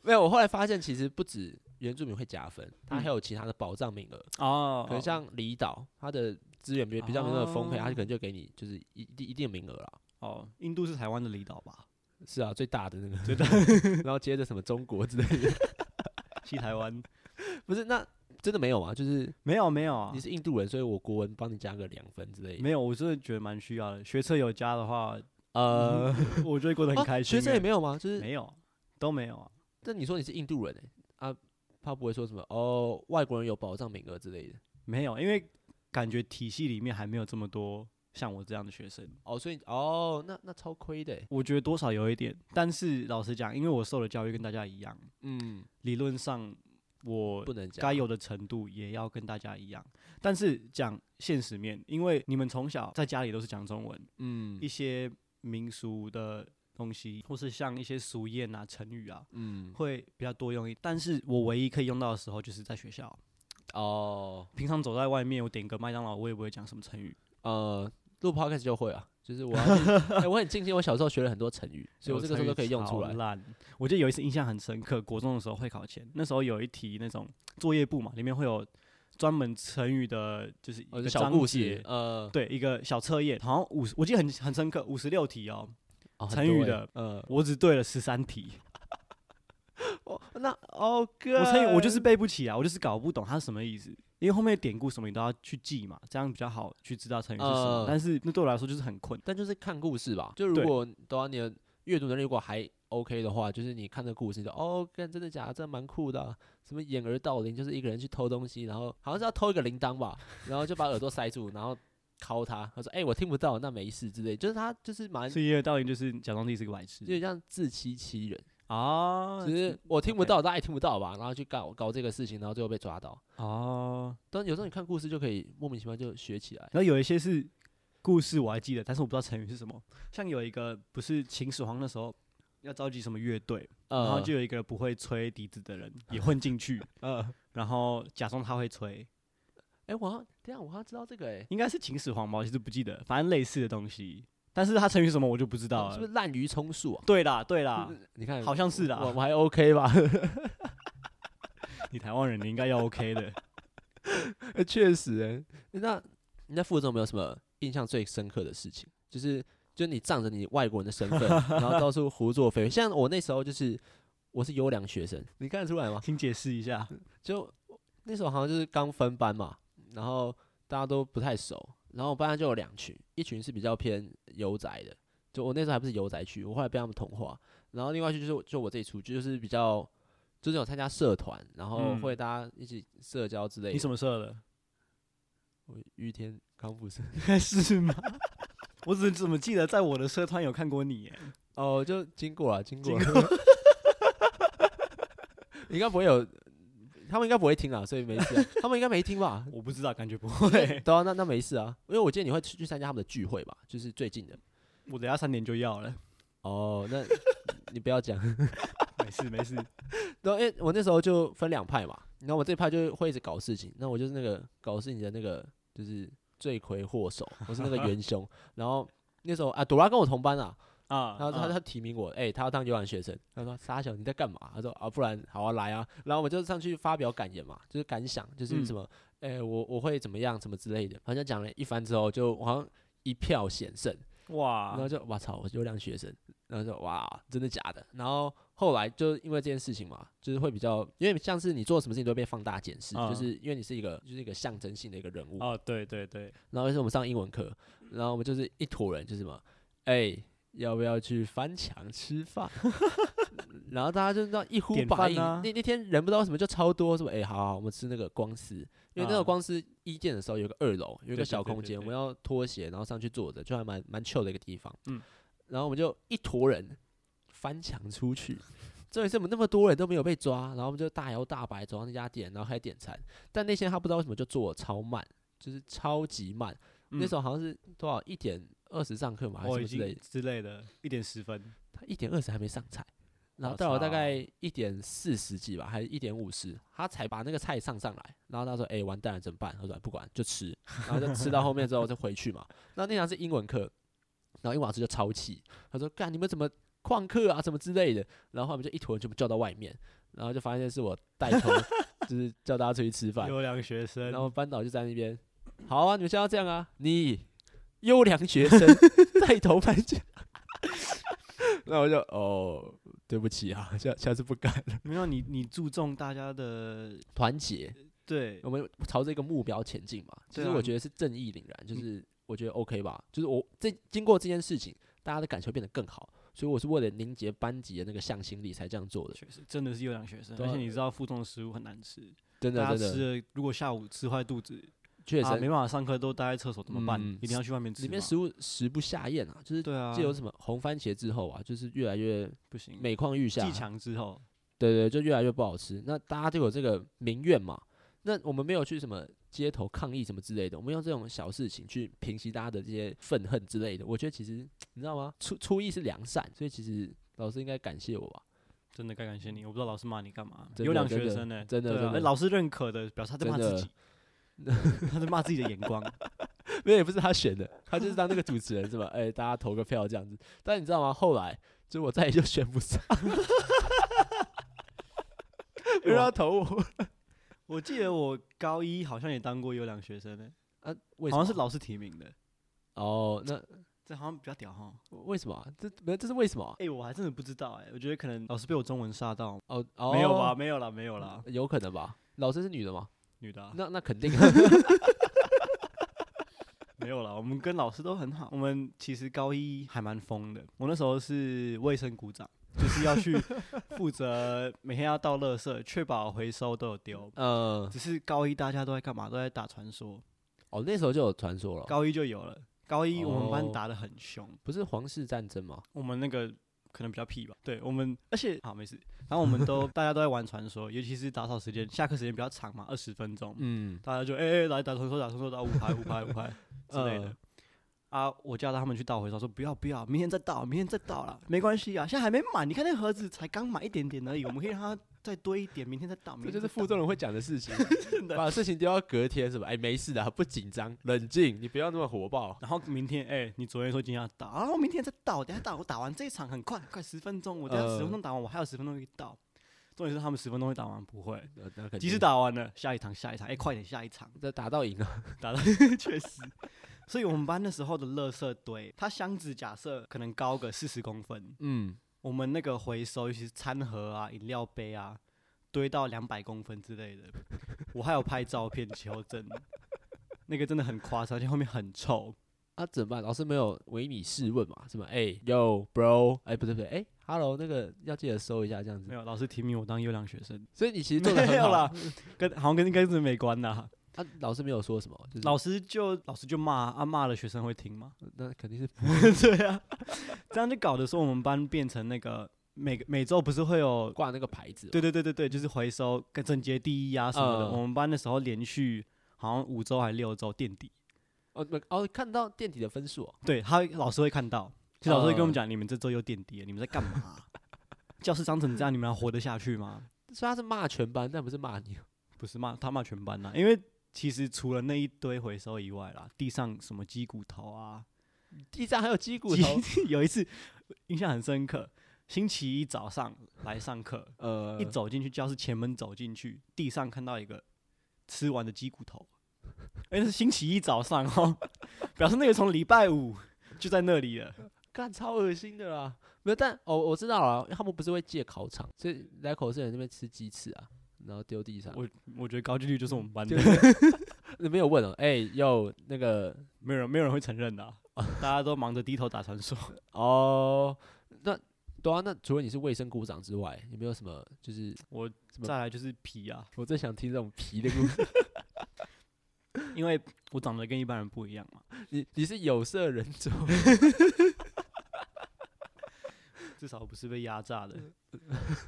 Speaker 1: 没有。我后来发现，其实不止原住民会加分，他
Speaker 2: 嗯
Speaker 1: 还有其他的保障名额。
Speaker 2: 哦
Speaker 1: 可能像离岛，它的资源比比较没那么丰沛，它
Speaker 2: 哦
Speaker 1: 可能就给你就是一定一定的名额啦。
Speaker 2: 哦，印度是台湾的离岛吧？
Speaker 1: 是啊，最大的那个，
Speaker 2: 最大
Speaker 1: 然后接着什么中国之类的，
Speaker 2: 西台湾
Speaker 1: 不是？那真的没有啊？就是
Speaker 2: 没有没有啊
Speaker 1: 你，是印度人，所以我国文帮你加个两分之类的。
Speaker 2: 没有，我真的觉得蛮需要的。学车有加的话，
Speaker 1: 呃，
Speaker 2: 我就会过得很
Speaker 1: 啊
Speaker 2: 开心
Speaker 1: 学
Speaker 2: 欸、
Speaker 1: 生也没有吗？就是，
Speaker 2: 没有，都没有啊。
Speaker 1: 但你说你是印度人哎、啊，他不会说什么哦，外国人有保障名额之类的。
Speaker 2: 没有，因为感觉体系里面还没有这么多像我这样的学生，
Speaker 1: 哦，所以哦，那那超亏的欸。
Speaker 2: 我觉得多少有一点。但是老实讲，因为我受的教育跟大家一样，
Speaker 1: 嗯，
Speaker 2: 理论上我
Speaker 1: 不能加。
Speaker 2: 该有的程度也要跟大家一样。但是讲现实面，因为你们从小在家里都是讲中文，
Speaker 1: 嗯
Speaker 2: 一些民俗的东西，或是像一些俗谚啊、成语啊，
Speaker 1: 嗯
Speaker 2: 会比较多用一。但是我唯一可以用到的时候就是在学校，
Speaker 1: 哦
Speaker 2: 平常走在外面，我点个麦当劳，我也不会讲什么成语。
Speaker 1: 呃，录 podcast 就会啊，就是 我要去哎我很庆幸我小时候学了很多成语，所以我这个时候都可以用出
Speaker 2: 我
Speaker 1: 来
Speaker 2: 成语。超烂，我记得有一次印象很深刻，国中的时候会考前，那时候有一题那种作业簿嘛，里面会有专门成语的，就是一
Speaker 1: 哦，
Speaker 2: 个
Speaker 1: 就小故
Speaker 2: 章节
Speaker 1: 事，呃，
Speaker 2: 对，一个小测验，好像五十，我记得很很深刻，五十六题哦，
Speaker 1: 哦
Speaker 2: 成语的，呃
Speaker 1: 很多欸
Speaker 2: 我只对了十三题，
Speaker 1: 呃，那哦哥，
Speaker 2: 我成语我就是背不起啊，我就是搞不懂它是什么意思，因为后面的典故什么你都要去记嘛，这样比较好去知道成语是什么。
Speaker 1: 呃
Speaker 2: 但是那对我来说就是很困，
Speaker 1: 但就是看故事吧，就如
Speaker 2: 对
Speaker 1: 果对啊，你的阅读能力如果还 OK 的话，就是你看这故事你就哦，干真的假的，这蛮酷的啊、什么掩耳盗铃，就是一个人去偷东西，然后好像是要偷一个铃铛吧，然后就把耳朵塞住，然后敲他，他说哎、我听不到，那没事之类，就是他就是蛮
Speaker 2: 所以也有道理，就是假装自己是个白
Speaker 1: 有点
Speaker 2: 痴
Speaker 1: 像自欺欺人，
Speaker 2: 啊
Speaker 1: 只是我听不
Speaker 2: OK
Speaker 1: 到，大家也听不到吧，然后去搞搞这个事情，然后最后被抓到。
Speaker 2: 哦。
Speaker 1: 但有时候你看故事就可以莫名其妙就学起来。
Speaker 2: 然后有一些是故事我还记得，但是我不知道成语是什么。像有一个不是秦始皇那时候要召集什么乐队，然后
Speaker 1: 呃
Speaker 2: 就有一个不会吹笛子的人也混进去，
Speaker 1: 呃，
Speaker 2: 然后假装他会吹，
Speaker 1: 哎、我好像等一下我好像知道这个哎、
Speaker 2: 应该是秦始皇吧，我其实不记得，反正类似的东西。但是他成语是什么我就不知道
Speaker 1: 是
Speaker 2: 了。
Speaker 1: 不是滥竽充数啊？
Speaker 2: 对啦，对啦，
Speaker 1: 你看，
Speaker 2: 好像是啦
Speaker 1: 我我还 OK 吧？
Speaker 2: 你台湾人你应该要 OK 的。
Speaker 1: 确实、欸。那你在复中有没有什么印象最深刻的事情？就是就你仗着你外国人的身 份，然后到处胡作非为。像我那时候就是我是优良学生，你看得出来吗？
Speaker 2: 请解释一下，
Speaker 1: 就那时候好像就是刚分班嘛，然后大家都不太熟，然后我班上就有两群，一群是比较偏游宅的，就我那时候还不是游宅区，我后来被他们同化，然后另外一群就是我就我这一出就是比较就是有参加社团，然后
Speaker 2: 嗯
Speaker 1: 会大家一起社交之类的。
Speaker 2: 你什么社的？
Speaker 1: 我于天康复生
Speaker 2: 是吗？ 我只怎么记得在我的社团有看过你耶？
Speaker 1: 哦，就经过了，经过了。 应该不会有，他们应该不会听啊，所以没事啊、他们应该没听吧？
Speaker 2: 我不知道，感觉不会。
Speaker 1: 对啊，那那没事啊，因为我记得你会去去参加他们的聚会吧，就是最近
Speaker 2: 哦
Speaker 1: 的。
Speaker 2: 我等下三点就要了，
Speaker 1: 哦，那你不要讲。
Speaker 2: 没事没事。
Speaker 1: 然后，因为我那时候就分两派嘛，然后我这派就会一直搞事情，那我就是那个搞事情的那个就是罪魁祸首，我是那个元 凶。然后那时候啊，朵拉跟我同班啊，
Speaker 2: 啊，
Speaker 1: 他他
Speaker 2: 啊
Speaker 1: 他提名我，哎、他要当游览学生。他说：“沙小你在干嘛？”他说：“啊，不然好啊，来啊。”然后我就上去发表感言嘛，就是感想，就是
Speaker 2: 嗯
Speaker 1: 什么，哎、我我会怎么样，什么之类的。反正讲了一番之后，就我好像一票险胜，然后
Speaker 2: 哇，
Speaker 1: 就我操，我是优良学生，然后就哇，真的假的？然后后来就因为这件事情嘛，就是会比较，因为像是你做什么事情都会被放大检视，就
Speaker 2: 嗯
Speaker 1: 是因为你是一个就是一个象征性的一个人物。
Speaker 2: 哦，对对对，
Speaker 1: 然后就是我们上英文课，然后我们就是一坨人，就是什么，哎、要不要去翻墙吃饭？ 然后大家就这样一呼
Speaker 2: 典
Speaker 1: 百
Speaker 2: 范
Speaker 1: 应。
Speaker 2: 啊
Speaker 1: 那那天人不知道为什么就超多，说哎、好好，我们吃那个光丝，因为那个
Speaker 2: 啊
Speaker 1: 光丝一店的时候有个二楼，有一个
Speaker 2: 对对
Speaker 1: 小
Speaker 2: 对
Speaker 1: 空
Speaker 2: 对
Speaker 1: 间，我
Speaker 2: 对
Speaker 1: 们要脱鞋然后上去坐着，就还蛮蛮 chill 的一个地方。
Speaker 2: 嗯，
Speaker 1: 然后我们就一坨人翻墙出去。这一次我们那么多人都没有被抓，然后我们就大摇大摆走到那家店，然后开始点餐。但那些他不知道为什么就做超慢，就是超级慢。那时
Speaker 2: 候
Speaker 1: 候好像是多少一点二十上课嘛，还是
Speaker 2: 我
Speaker 1: 什
Speaker 2: 嗯哦已
Speaker 1: 么之类
Speaker 2: 经
Speaker 1: 的。
Speaker 2: 之类的，一点十分，
Speaker 1: 他一点二十还没上菜，然后
Speaker 2: 我
Speaker 1: 到了大
Speaker 2: 操
Speaker 1: 概一点四十几吧，还是一点五十，他才把那个菜上上来。然后他说：“哎、完蛋了，怎么办？”他说：“不管，就吃。”然后就吃到后面之后就回去嘛。那那堂是英文课，然后英文老师就超气，他说：“干，你们怎么旷课啊？什么之类的。”然后我们就一坨人全部叫到外面，然后就发现是我带头， 就是叫大家出去吃饭。
Speaker 2: 优良学生，
Speaker 1: 然后班导就在那边，好啊，你们现在要这样啊，你优良学 生带头颁奖。 那我就哦，对不起啊，下下次不敢了。
Speaker 2: 没有你你注重大家的
Speaker 1: 团结，
Speaker 2: 对
Speaker 1: 我们朝着一个目标前进嘛。其
Speaker 2: 对
Speaker 1: 实
Speaker 2: 啊
Speaker 1: 我
Speaker 2: 你
Speaker 1: 觉得是正义凛然，就是我觉得 OK 吧。就是我这经过这件事情，大家的感受变得更好，所以我是为了凝结班级的那个向心力才这样做的。
Speaker 2: 确实真的是优良学生，
Speaker 1: 对
Speaker 2: 而
Speaker 1: 啊
Speaker 2: 且你知道附中的食物很难吃，
Speaker 1: 真的
Speaker 2: 大家
Speaker 1: 真的，
Speaker 2: 吃了如果下午吃坏肚子，
Speaker 1: 确实、
Speaker 2: 啊没办法上课都待在厕所怎么办
Speaker 1: 嗯？
Speaker 2: 一定要去外面吃嘛，
Speaker 1: 里面食物食不下咽啊，就是
Speaker 2: 对啊，
Speaker 1: 借由什么红番茄之后啊，就是越来越
Speaker 2: 不行，
Speaker 1: 每况愈下
Speaker 2: 技。强之后，
Speaker 1: 对对，就越来越不好吃。那大家都有这个民怨嘛？那我们没有去什么街头抗议什么之类的，我们用这种小事情去平息大家的这些愤恨之类的。我觉得其实你知道吗？初初意是良善，所以其实老师应该感谢我吧。
Speaker 2: 真的该感谢你，我不知道老师骂你干嘛。
Speaker 1: 真的
Speaker 2: 优良
Speaker 1: 真
Speaker 2: 学
Speaker 1: 的
Speaker 2: 生呢、
Speaker 1: 真的
Speaker 2: 对啊
Speaker 1: 真的
Speaker 2: 哎老师认可的，表示他在骂
Speaker 1: 真
Speaker 2: 自
Speaker 1: 的
Speaker 2: 己， 他在骂自己的眼光。
Speaker 1: 没有，也不是他选的，他就是当那个主持人是吧？哎、 大家投个票这样子。但你知道吗？后来就我再也就选不上， 没人要投我
Speaker 2: 我记得我高一好像也当过优良学生呢、
Speaker 1: 啊？为什
Speaker 2: 好
Speaker 1: 么？
Speaker 2: 像是老师提名的，
Speaker 1: 哦，那
Speaker 2: 这好像比较屌哈。
Speaker 1: 为什么啊？这没有这是为什么啊？
Speaker 2: 哎、我还真的不知道哎、我觉得可能老师被我中文吓到、
Speaker 1: 哦哦，嗯
Speaker 2: 没有吧？？没有啦，没有啦，
Speaker 1: 有可能吧？老师是女的吗？
Speaker 2: 女的、啊、
Speaker 1: 那那肯定
Speaker 2: 没有啦。我们跟老师都很好，我们其实高一还蛮疯的。我那时候是卫生股长，就是要去负责每天要倒垃圾，确保回收都有丢。
Speaker 1: 呃，
Speaker 2: 只是高一大家都在干嘛？都在打传说，
Speaker 1: 哦，那时候就有传说了，
Speaker 2: 高一就有了。高一我们
Speaker 1: 哦
Speaker 2: 班打得很凶，
Speaker 1: 不是皇室战争吗？
Speaker 2: 我们那个可能比较屁吧。对我们，而且好没事，然后我们都大家都在玩传说，尤其是打扫时间，下课时间比较长嘛，二十分钟，
Speaker 1: 嗯，
Speaker 2: 大家就哎、欸来打传说，打传说，打五排，五排，五 排之类的
Speaker 1: 嗯。
Speaker 2: 啊！我叫他们去倒回收，说不要不要，明天再倒，明天再倒了，没关系啊，现在还没满，你看那盒子才刚满一点点而已，我们可以让它再多一点，明天再倒。
Speaker 1: 这
Speaker 2: 明天
Speaker 1: 就是
Speaker 2: 再
Speaker 1: 负
Speaker 2: 倒
Speaker 1: 重人会讲的事情
Speaker 2: 真，的
Speaker 1: 嗯 把事情丢到隔天是吧？哎，没事的，不紧张，冷静，你不要那么火爆。
Speaker 2: 然后明天，哎、你昨天说今天要打，然后明天再倒，等下打，我打完这一场很快，很快十分钟，我等下
Speaker 1: 呃
Speaker 2: 十分钟打完，我还有十分钟可以倒。重点是他们十分钟会打完，不会，
Speaker 1: 呃那肯
Speaker 2: 即使
Speaker 1: 定
Speaker 2: 打完了，下一场，下一场，哎、快点，下一场，
Speaker 1: 这打到赢了，
Speaker 2: 打到确实。所以我们班那时候的垃圾堆，它箱子假设可能高个四十公分，
Speaker 1: 嗯，
Speaker 2: 我们那个回收，尤其是餐盒啊、饮料杯啊，堆到两百公分之类的。我还有拍照片求证，那个真的很夸张，而且后面很臭，
Speaker 1: 啊，怎么办？老师没有唯你试问嘛？什么？哎，Yo bro，哎，不对不对，哎，Hello，那个要记得收一下这样
Speaker 2: 没
Speaker 1: 子。
Speaker 2: 有老师提名我当优良学生。
Speaker 1: 所以你其实做的
Speaker 2: 没
Speaker 1: 很
Speaker 2: 有
Speaker 1: 好
Speaker 2: 啦，跟好像跟跟这没关呐。
Speaker 1: 啊，老师没有说什么，就是
Speaker 2: 老师就老师就骂啊，骂了学生会听吗？
Speaker 1: 那肯定是
Speaker 2: 对啊，这样就搞得说我们班变成那个每个每周不是会有
Speaker 1: 挂那个牌子嘛，
Speaker 2: 对对对对对，就是回收跟整洁第一啊什么的。
Speaker 1: 嗯
Speaker 2: 我们班那时候连续好像五周还六周垫底，
Speaker 1: 哦不哦，看到垫底的分数哦，
Speaker 2: 对他老师会看到，其实老师会跟我们
Speaker 1: 嗯
Speaker 2: 讲，你们这周又垫底了，你们在干嘛啊、教室脏成这样，你们还活得下去吗？
Speaker 1: 所以他是骂全班，但不是骂你。
Speaker 2: 不是骂他骂全班呐、因为其实除了那一堆回收以外啦，地上什么鸡骨头啊，
Speaker 1: 地上还有鸡骨
Speaker 2: 鸡
Speaker 1: 头，
Speaker 2: 有一次印象很深刻，星期一早上来上课，
Speaker 1: 呃
Speaker 2: 一走进去教室前门走进去，地上看到一个吃完的鸡骨头， 哎、那是星期一早上哦，表示那个从礼拜五就在那里了。
Speaker 1: 干超恶心的啦。没有，但哦，我知道了，因为他们不是会借烤肠，所以来口试人那边吃鸡翅啊，然后丢地上。
Speaker 2: 我我觉得高几率就是我们班的
Speaker 1: 就，你没有问哦，哎、哟，那个
Speaker 2: 没有人没有人会承 认的啊、大家都忙着低头打传说。
Speaker 1: 哦，那对啊，那除了你是卫生股长之外，有没有什么就是
Speaker 2: 我
Speaker 1: 么
Speaker 2: 再来就是皮啊，
Speaker 1: 我最想听这种皮的故事？
Speaker 2: 因为我长得跟一般人不一样嘛，
Speaker 1: 你你是有色人种，
Speaker 2: 至少我不是被压榨的，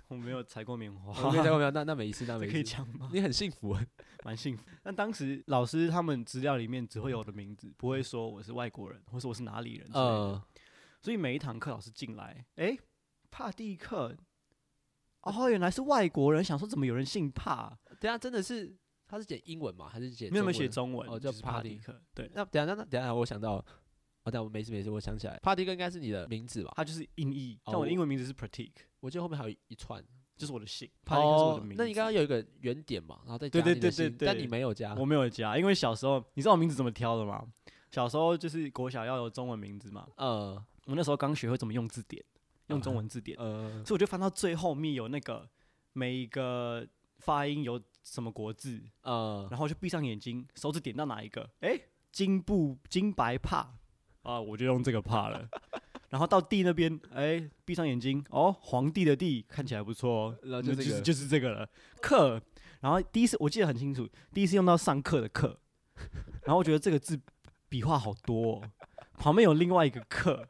Speaker 2: 我没有采过棉花，
Speaker 1: 我没有没有，那那没事，那
Speaker 2: 这
Speaker 1: 没
Speaker 2: 可以
Speaker 1: 事，
Speaker 2: 讲吗？
Speaker 1: 你很幸福、啊。
Speaker 2: 蛮幸福。但当时老师他们资料里面只会有我的名字，不会说我是外国人，或是我是哪里人之类的。
Speaker 1: 呃，
Speaker 2: 所以每一堂课老师进来，诶，帕蒂克，哦，原来是外国人，想说怎么有人姓帕？
Speaker 1: 等一啊下真的是他是写英文吗？还是写
Speaker 2: 没有
Speaker 1: 中
Speaker 2: 没有
Speaker 1: 文
Speaker 2: 写中文，
Speaker 1: 哦叫
Speaker 2: 就是帕
Speaker 1: 蒂
Speaker 2: 蒂克，对，
Speaker 1: 那等一下，那那等一下，我想到了，哦，但我没事没事，我想起来，帕蒂克应该是你的名字吧？
Speaker 2: 他就是音译。
Speaker 1: 哦
Speaker 2: 但我的英文名字是 Pratik，
Speaker 1: 我记得后面还有一一串，
Speaker 2: 就是我的姓，帕蒂克是我的名字。
Speaker 1: 哦那你刚刚有一个原点嘛，然后再加
Speaker 2: 对对
Speaker 1: 你的
Speaker 2: 对对
Speaker 1: 姓但
Speaker 2: 对
Speaker 1: 你没有加，
Speaker 2: 我没有加，因为小时候你知道我名字怎么挑的吗？小时候就是国小要有中文名字嘛，
Speaker 1: 呃
Speaker 2: 我那时候刚学会怎么用字典，用中文字典。
Speaker 1: 呃，
Speaker 2: 所以我就翻到最后面有那个每一个发音有什么国字，
Speaker 1: 呃，
Speaker 2: 然后我就闭上眼睛，手指点到哪一个，哎、金布金白帕啊，我就用这个帕了。 然后到地那边，哎、闭上眼睛，哦，皇帝的帝看起来不错哦，
Speaker 1: 然后就
Speaker 2: 那
Speaker 1: 这
Speaker 2: 就
Speaker 1: 个
Speaker 2: 是就是这个了。课，然后第一次我记得很清楚，第一次用到上课的课，然后我觉得这个字笔画好多、哦，旁边有另外一个课，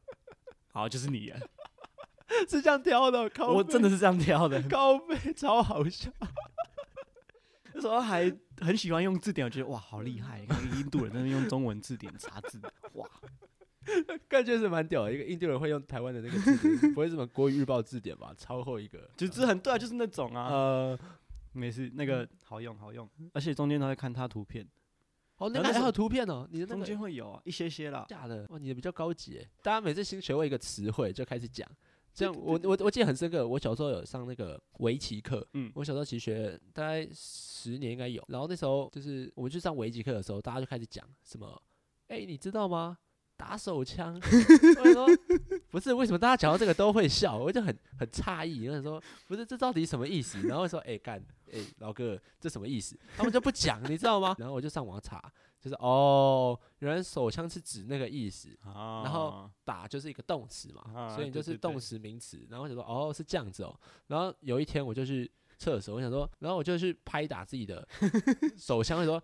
Speaker 2: 好，就是你了，
Speaker 1: 是这样挑的，靠
Speaker 2: 我
Speaker 1: 背
Speaker 2: 真的是这样挑的。
Speaker 1: 高飞超好笑，
Speaker 2: 那时候还很喜欢用字典，我觉得哇，好厉害！你看一个印度人在那边用中文字典查字，哇，
Speaker 1: 感觉是蛮屌的。一个印度人会用台湾的那个字典，不会是什么国语日报字典吧？超厚一个，
Speaker 2: 就是很对啊，就是那种啊，
Speaker 1: 呃，嗯
Speaker 2: 没事，那个好用好用，而且中间都会看他图片，
Speaker 1: 哦，
Speaker 2: 然后
Speaker 1: 那个
Speaker 2: 那
Speaker 1: 还
Speaker 2: 时候
Speaker 1: 有图片哦，你的
Speaker 2: 中
Speaker 1: 那个
Speaker 2: 间会有啊一些些啦，
Speaker 1: 假的，哇，你的比较高级耶。大家每次新学会一个词汇就开始讲，这样
Speaker 2: 对对
Speaker 1: 我
Speaker 2: 对
Speaker 1: 我我记得很深刻，我小时候有上那个围棋课，
Speaker 2: 嗯
Speaker 1: 我小时候其实学大概十年应该有，然后那时候就是我们去上围棋课的时候，大家就开始讲什么，哎、你知道吗？打手枪， 我就说不是，为什么大家讲到这个都会笑？我就很很诧异，那时候不是这到底什么意思？然后说哎干哎老哥这什么意思？他们就不讲，你知道吗？然后我就上网查，就是哦，原来手枪是指那个意思，
Speaker 2: 啊，
Speaker 1: 然后打就是一个动词嘛，
Speaker 2: 啊
Speaker 1: 所以你就
Speaker 2: 对
Speaker 1: 是
Speaker 2: 对对
Speaker 1: 动词名词。然后我想说哦是这样子哦，然后有一天我就去厕所，我想说，然后我就去拍打自己 的手枪，我说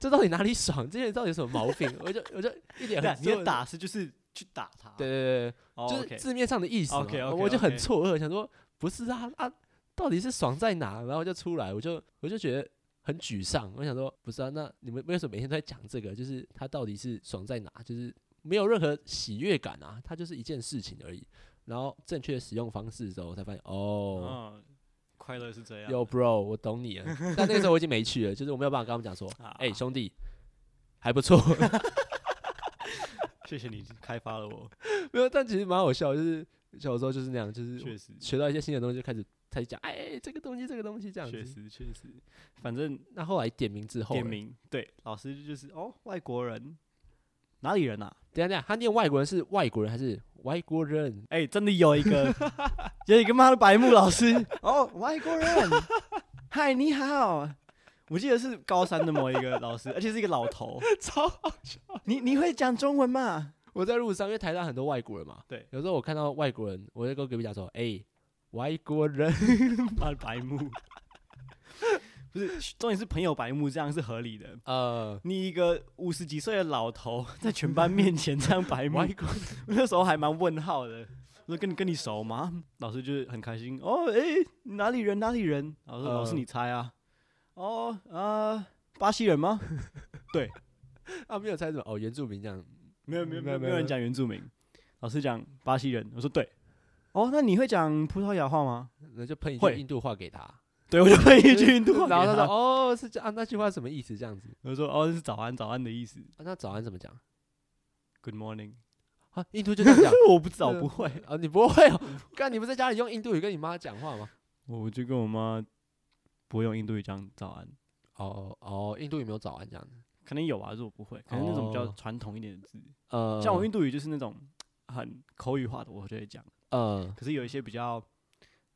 Speaker 1: 这到底哪里爽？这些人到底有什么毛病？我就我就一脸
Speaker 2: 对啊
Speaker 1: 很
Speaker 2: 你的
Speaker 1: 错
Speaker 2: 打是就是去打他，
Speaker 1: 对，对对，
Speaker 2: 哦
Speaker 1: 就
Speaker 2: OK
Speaker 1: 是字面上的意思嘛。
Speaker 2: OK，OK，
Speaker 1: 我就很
Speaker 2: OK
Speaker 1: 错愕，想说不是啊啊，到底是爽在哪？然后就出来，我就我就觉得很沮丧，我想说不是啊，那你们为什么每天都在讲这个？就是他到底是爽在哪？就是没有任何喜悦感啊，它就是一件事情而已。然后正确的使用方式之后，我才发现哦。
Speaker 2: 嗯，快乐是这样，
Speaker 1: 有 bro，我懂你了。 但那个时候我已经没去了，就是我没有办法跟他们 讲说，
Speaker 2: 啊
Speaker 1: 哎、兄弟，还不错，
Speaker 2: 谢谢你开发了我，
Speaker 1: 没有。但其实蛮好笑，就是小时候就是那样，就是
Speaker 2: 确实，
Speaker 1: 学到一些新的东西，就开始开始讲，哎、这个东西，这个东西这样
Speaker 2: 确
Speaker 1: 子。
Speaker 2: 实，确实，反正
Speaker 1: 那后来点名之后，
Speaker 2: 点，名对老师就是哦，外国人，哪里人啊？
Speaker 1: 等一下等一下，他念外国人是外国人还是外国人？
Speaker 2: 哎、真的有一个， 有一个妈的白目老师哦，外国人，嗨，你好。我记得是高三的某一个老师，而且是一个老 头。
Speaker 1: 超，
Speaker 2: 你你会讲中文吗？
Speaker 1: 我在路上，因为台上很多外国人嘛，
Speaker 2: 对
Speaker 1: 有时候我看到外国人，我就跟隔壁讲说，哎、外国人，
Speaker 2: 妈的白目，不是，重点是朋友白目，这样是合理的。
Speaker 1: 呃，
Speaker 2: 你一个五十几岁的老 头，在全班面前这样白目，
Speaker 1: 外
Speaker 2: 我
Speaker 1: 国人，
Speaker 2: 那时候还蛮问号的。我说跟你跟你熟吗？老师就是很开心哦，诶，哪里人哪里人？老师、老师
Speaker 1: 嗯
Speaker 2: 你猜啊？哦啊、呃巴西人吗？
Speaker 1: 啊，没有猜什么，哦，原住民这样，
Speaker 2: 没有没有
Speaker 1: 没有
Speaker 2: 嗯没有
Speaker 1: 没
Speaker 2: 没
Speaker 1: 有
Speaker 2: 有人
Speaker 1: 没有
Speaker 2: 讲原住民，老师讲巴西人。我说对，哦，那你会讲葡萄牙话吗？
Speaker 1: 那就喷一句
Speaker 2: 会
Speaker 1: 印度话给他，
Speaker 2: 对，我就问一句印度话给
Speaker 1: 然后他说，
Speaker 2: 他。
Speaker 1: 哦，是这样、啊，那句话什么意思？这样子，
Speaker 2: 我说哦，这是早安早安的意思
Speaker 1: 啊那早安怎么讲？
Speaker 2: ，Good morning。
Speaker 1: 啊，印度就这样讲
Speaker 2: 我不知道，
Speaker 1: 嗯
Speaker 2: 不会。
Speaker 1: 啊？你不 会哦？干，你不在家里用印度语跟你妈讲话吗？
Speaker 2: 我就跟我妈不会用印度语讲早安，
Speaker 1: 哦哦，印度语没有早安这样子。
Speaker 2: 可能有吧，可是我不会，可能那种比较
Speaker 1: 哦
Speaker 2: 传统一点的字。
Speaker 1: 呃，
Speaker 2: 像我印度语就是那种很口语化的，我就会讲。
Speaker 1: 呃
Speaker 2: 可是有一些比较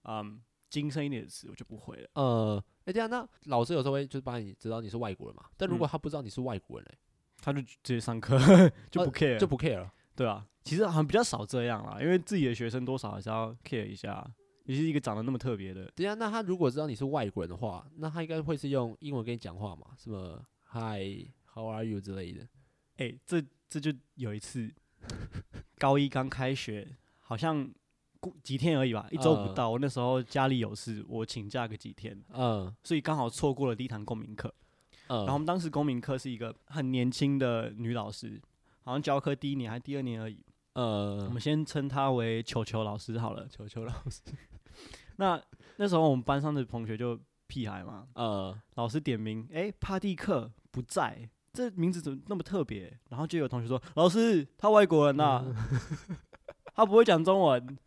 Speaker 2: 嗯精深一点的词，我就不会了。
Speaker 1: 呃，哎、这样那老师有时候会就是把你知道你是外国人嘛，但如果
Speaker 2: 嗯
Speaker 1: 他不知道你是外国人嘞、
Speaker 2: 他就直接上课哦就不 care，、
Speaker 1: 就不 care 了。
Speaker 2: 对啊，其实好像比较少这样啦，因为自己的学生多少还是要 care 一下，尤其是一个长得那么特别的。
Speaker 1: 等一下，那他如果知道你是外国人的话，那他应该会是用英文跟你讲话嘛，什么 Hi，How are you 之类的。
Speaker 2: 哎、这这就有一次，高一刚开学，好像过几天而已吧，一周不
Speaker 1: 嗯
Speaker 2: 到。我那时候家里有事，我请假个几天，
Speaker 1: 嗯
Speaker 2: 所以刚好错过了第一堂公民课。
Speaker 1: 嗯，
Speaker 2: 然后我们当时公民课是一个很年轻的女老师，好像教课第一年还第二年而已。我
Speaker 1: 呃
Speaker 2: 们，先称她为球球老师好了。
Speaker 1: 球球老师，
Speaker 2: 那那时候我们班上的同学就屁孩嘛，
Speaker 1: 呃
Speaker 2: 老师点名，哎、帕蒂克不在，这名字怎么那么特别？然后就有同学说，老师他外国人呐、他不会讲中文。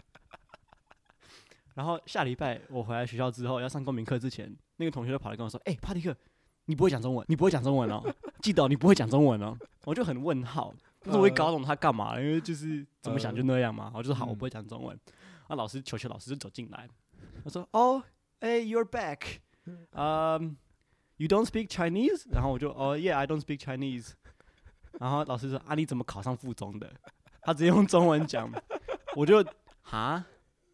Speaker 2: 然后下礼拜我回来学校之后，要上公民课之前，那个同学就跑来跟我说，哎、帕蒂克，你不会讲中文，你不会讲中文哦，记得、哦、你不会讲中文哦。我就很问号，但是我也搞懂他干嘛，因为就是怎么想就那样嘛。哦我就说好，我不会讲中文。那老师球球老师就走进来，他说，嗯哦，哎、y o u r e back，嗯、You don't speak Chinese？然后我就哦、Yeah，I don't speak Chinese。然后老师说啊，你怎么考上附中的？他直接用中文 讲，我就哈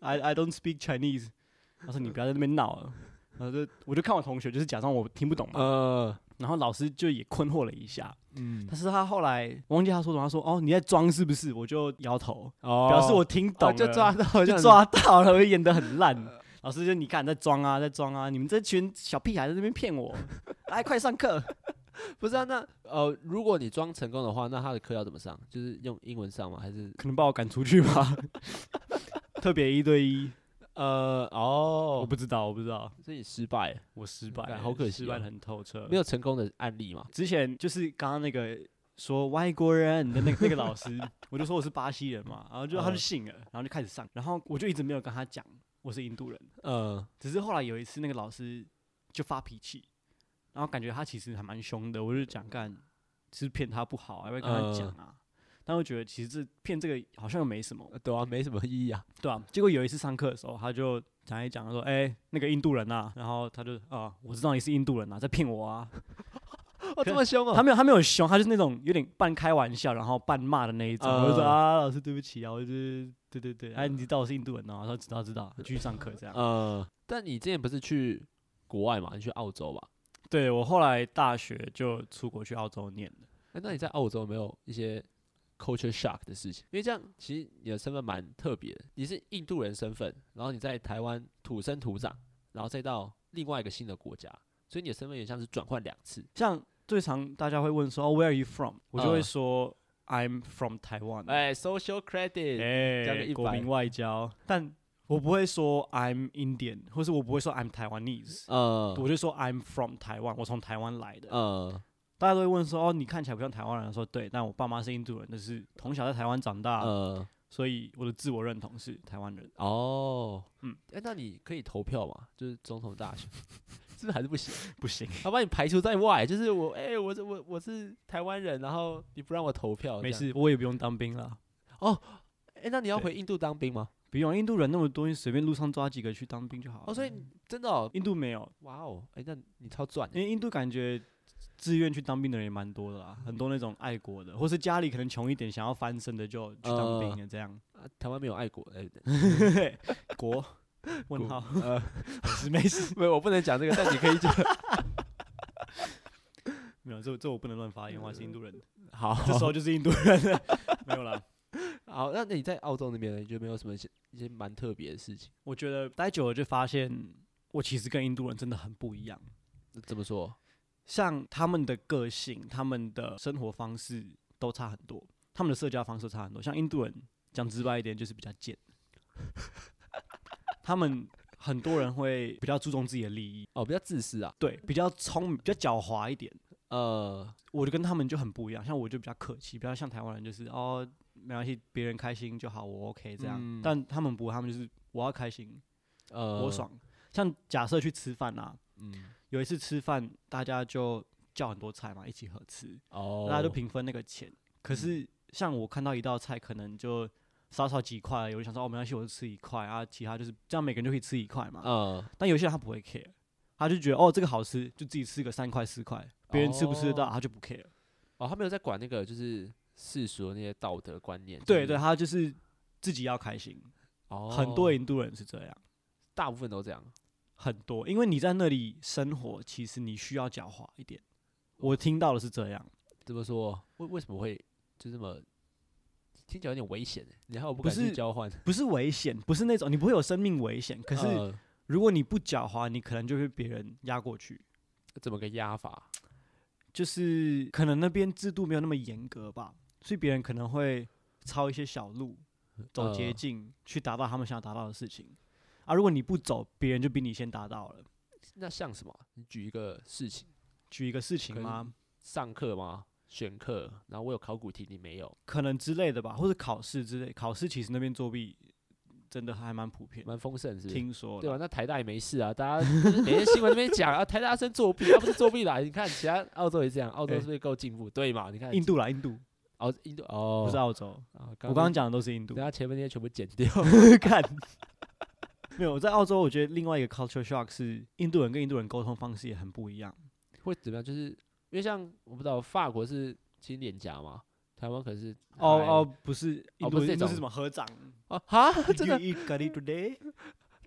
Speaker 2: ，I I don't speak Chinese。他说你不要在那边闹了。然后就我就看我同学，就是假装我听不懂嘛。
Speaker 1: 呃，
Speaker 2: 嗯然后老师就也困惑了一下，
Speaker 1: 嗯，
Speaker 2: 但是他后来忘记他说什么，他说哦你在装是不是？我就摇头，
Speaker 1: 哦
Speaker 2: 表示我听懂
Speaker 1: 啊
Speaker 2: 了，
Speaker 1: 就抓 到这
Speaker 2: 就呃
Speaker 1: 样子，
Speaker 2: 抓到了，我演的很 烂。老师就你看在装啊，在装啊，你们这群小屁孩在那边骗 我，来快上课。
Speaker 1: 不是啊？那呃，如果你装成功的话，那他的课要怎么上？就是用英文上吗？还是
Speaker 2: 可能把我赶出去吧。 特别一对一，
Speaker 1: 呃
Speaker 2: 我
Speaker 1: 哦，
Speaker 2: 不知道，我不知道，
Speaker 1: 所以失败了
Speaker 2: 我失败
Speaker 1: 哎
Speaker 2: 了，
Speaker 1: 好可惜
Speaker 2: 失败
Speaker 1: 哦
Speaker 2: 得很透彻。
Speaker 1: 没有成功的案例嘛？
Speaker 2: 之前就是刚刚那个说外国人的那 个那个老师，我就说我是巴西人嘛，然后就他就
Speaker 1: 嗯
Speaker 2: 信了，然后就开始上，然后我就一直没有跟他讲我是印度人，
Speaker 1: 呃，
Speaker 2: 只是后来有一次那个老师就发脾气，然后感觉他其实还蛮凶的，我就讲干是骗他不好，还会跟他讲啊，但我觉得其实这骗这个好像又没什么，
Speaker 1: 呃对啊，没什么意义啊。
Speaker 2: 对啊，结果有一次上课的时候，他就讲一讲，他说：“哎、那个印度人呐、啊。”然后他就啊，我知道你是印度人呐、啊，在骗我啊。
Speaker 1: 哦，这么凶哦，
Speaker 2: 他没有，他没有凶，他就是那种有点半开玩笑，然后半骂的那一种。我就说
Speaker 1: 嗯
Speaker 2: 啊，老师对不起啊，我就是对对对，哎，你知道我是印度人哦，他说知道知道，继续上课这样。
Speaker 1: 呃，但你之前不是去国外嘛？你去澳洲吧？
Speaker 2: 对我后来大学就出国去澳洲念了，
Speaker 1: 哎，那你在澳洲有没有一些 culture shock 的事情？因为这样其实你的身份蛮特别的，你是印度人身份，然后你在台湾土生土长，然后再到另外一个新的国家，所以你的身份也像是转换两次。
Speaker 2: 像最常大家会问说、哦、Where are you from？我就会
Speaker 1: 嗯
Speaker 2: 说、I'm from Taiwan。
Speaker 1: 哎，social credit，加个
Speaker 2: 哎，
Speaker 1: 100
Speaker 2: 国民外交，但我不会说 I'm Indian，或是我不会说 I'm Taiwanese，、
Speaker 1: 呃
Speaker 2: 我就说 I'm from 台湾，我从台湾来的。
Speaker 1: 呃，
Speaker 2: 大家都会问说，哦，你看起来不像台湾人，我说对，但我爸妈是印度人，就是从小在台湾长大，
Speaker 1: 呃，
Speaker 2: 所以我的自我认同是台湾人。
Speaker 1: 哦，嗯
Speaker 2: 嗯，
Speaker 1: 哎，那你可以投票嘛？就是总统大选， 是不是还是不行？
Speaker 2: 不行，
Speaker 1: 他把你排除在外，就是我，哎、我是我我是台湾人，然后你不让我投票，
Speaker 2: 没
Speaker 1: 这样。
Speaker 2: 事，我也不用当兵了，
Speaker 1: 哎、那你要
Speaker 2: 对
Speaker 1: 回印度当兵吗？
Speaker 2: 不用印度人那么多，你随便路上抓几个去当兵就好了。
Speaker 1: 哦，所以你真的哦，
Speaker 2: 印度没有，
Speaker 1: 哇哦，哎、那你超赚的，
Speaker 2: 因为印度感觉自愿去当兵的人也蛮多的啦，很多那种爱国的，或是家里可能穷一点想要翻身的就去当兵的这 样。
Speaker 1: 啊台湾没有爱国，哎、
Speaker 2: 国问
Speaker 1: 国
Speaker 2: 号
Speaker 1: 呃，
Speaker 2: 没事没事，
Speaker 1: 没有，我不能讲这个，但你可 以讲。
Speaker 2: 没有这这我不能乱发言，我还是印度人，
Speaker 1: 好，
Speaker 2: 这时候就是印度人了， 没有啦。
Speaker 1: 好，那你在澳洲那边呢，你觉得没有什么一些一些蛮特别的事情？
Speaker 2: 我觉得待久了就发现，我其实跟印度人真的很不一样。
Speaker 1: 怎么说？
Speaker 2: 像他们的个性、他们的生活方式都差很多，他们的社交方式差很多。像印度人，讲直白一点就是比较贱， 他们很多人会比较注重自己的利益，
Speaker 1: 哦，比较自私啊，
Speaker 2: 对，比较聪明、比较狡猾一点。
Speaker 1: 呃，
Speaker 2: 我就跟他们就很不一样，像我就比较客气，比较像台湾人，就是哦，没关系，别人开心就好，我 OK 这样。
Speaker 1: 嗯
Speaker 2: 但他们不，他们就是我要开心，
Speaker 1: 呃，
Speaker 2: 我，爽。像假设去吃饭啊，
Speaker 1: 嗯，
Speaker 2: 有一次吃饭，大家就叫很多菜嘛，一起合吃，
Speaker 1: 哦，嗯
Speaker 2: 大家就平分那个钱。可是像我看到一道菜，可能就少少几块而已，我就想说哦，没关系，我就吃一块啊，其他就是这样，每个人就可以吃一块嘛。
Speaker 1: 呃，
Speaker 2: 但有些人他不会 care，他就觉得哦这个好吃，就自己吃个三块四块，别人吃不吃得到
Speaker 1: 哦
Speaker 2: 他就不 care。
Speaker 1: 哦，他没有在管那个就是世俗的那些道德观念，
Speaker 2: 对
Speaker 1: 就
Speaker 2: 对，
Speaker 1: 是，
Speaker 2: 他就是自己要开心。
Speaker 1: 嗯哦，
Speaker 2: 很多印度人是这样，
Speaker 1: 大部分都这样，
Speaker 2: 很多，因为你在那里生活，其实你需要狡猾一点。我听到的是这样。
Speaker 1: 怎么说？为为什么会就这么听起来有点危险欸？然后我不敢
Speaker 2: 不
Speaker 1: 去
Speaker 2: 是
Speaker 1: 交换，
Speaker 2: 不是危险，不是那种你不会有生命危险，可是
Speaker 1: 呃
Speaker 2: 如果你不狡猾，你可能就被别人压过去。
Speaker 1: 怎么个压法？
Speaker 2: 就是可能那边制度没有那么严格吧，所以别人可能会抄一些小路，走捷
Speaker 1: 呃
Speaker 2: 径、去达到他们想要达到的事情。啊，如果你不走，别人就比你先达到了。
Speaker 1: 那像什么？你举一个事情，
Speaker 2: 举一个事情
Speaker 1: 可
Speaker 2: 吗？
Speaker 1: 上课吗？选课，然后我有考古题，你没有，
Speaker 2: 可能之类的吧，或者考试之类。考试其实那边作弊真的还蛮普遍，
Speaker 1: 蛮丰盛是不是？
Speaker 2: 听说
Speaker 1: 对吧？
Speaker 2: 了。
Speaker 1: 那台大也没事啊，大家就是每天新闻那边讲啊，台大生作弊，他、不是作弊啦。你看其他澳洲也这样，澳洲
Speaker 2: 哎
Speaker 1: 是不是够进步？对嘛？你看
Speaker 2: 印度啦，印度
Speaker 1: 澳印度哦，
Speaker 2: 不是澳洲，
Speaker 1: 啊，
Speaker 2: 我刚刚讲的都是印度
Speaker 1: 等。下前面那些全部剪掉。
Speaker 2: 看。没有，我在澳洲，我觉得另外一个 culture shock 是印度人跟印度人沟通方式也很不一样。
Speaker 1: 会怎么样？就是因为像我不知道法国是亲脸颊嘛，台湾可是
Speaker 2: 哦
Speaker 1: 还
Speaker 2: 哦，不是，
Speaker 1: 哦不
Speaker 2: 印度
Speaker 1: 是这
Speaker 2: 印度
Speaker 1: 种
Speaker 2: 是什么 合掌？
Speaker 1: 哦哈，真的
Speaker 2: 一 t today？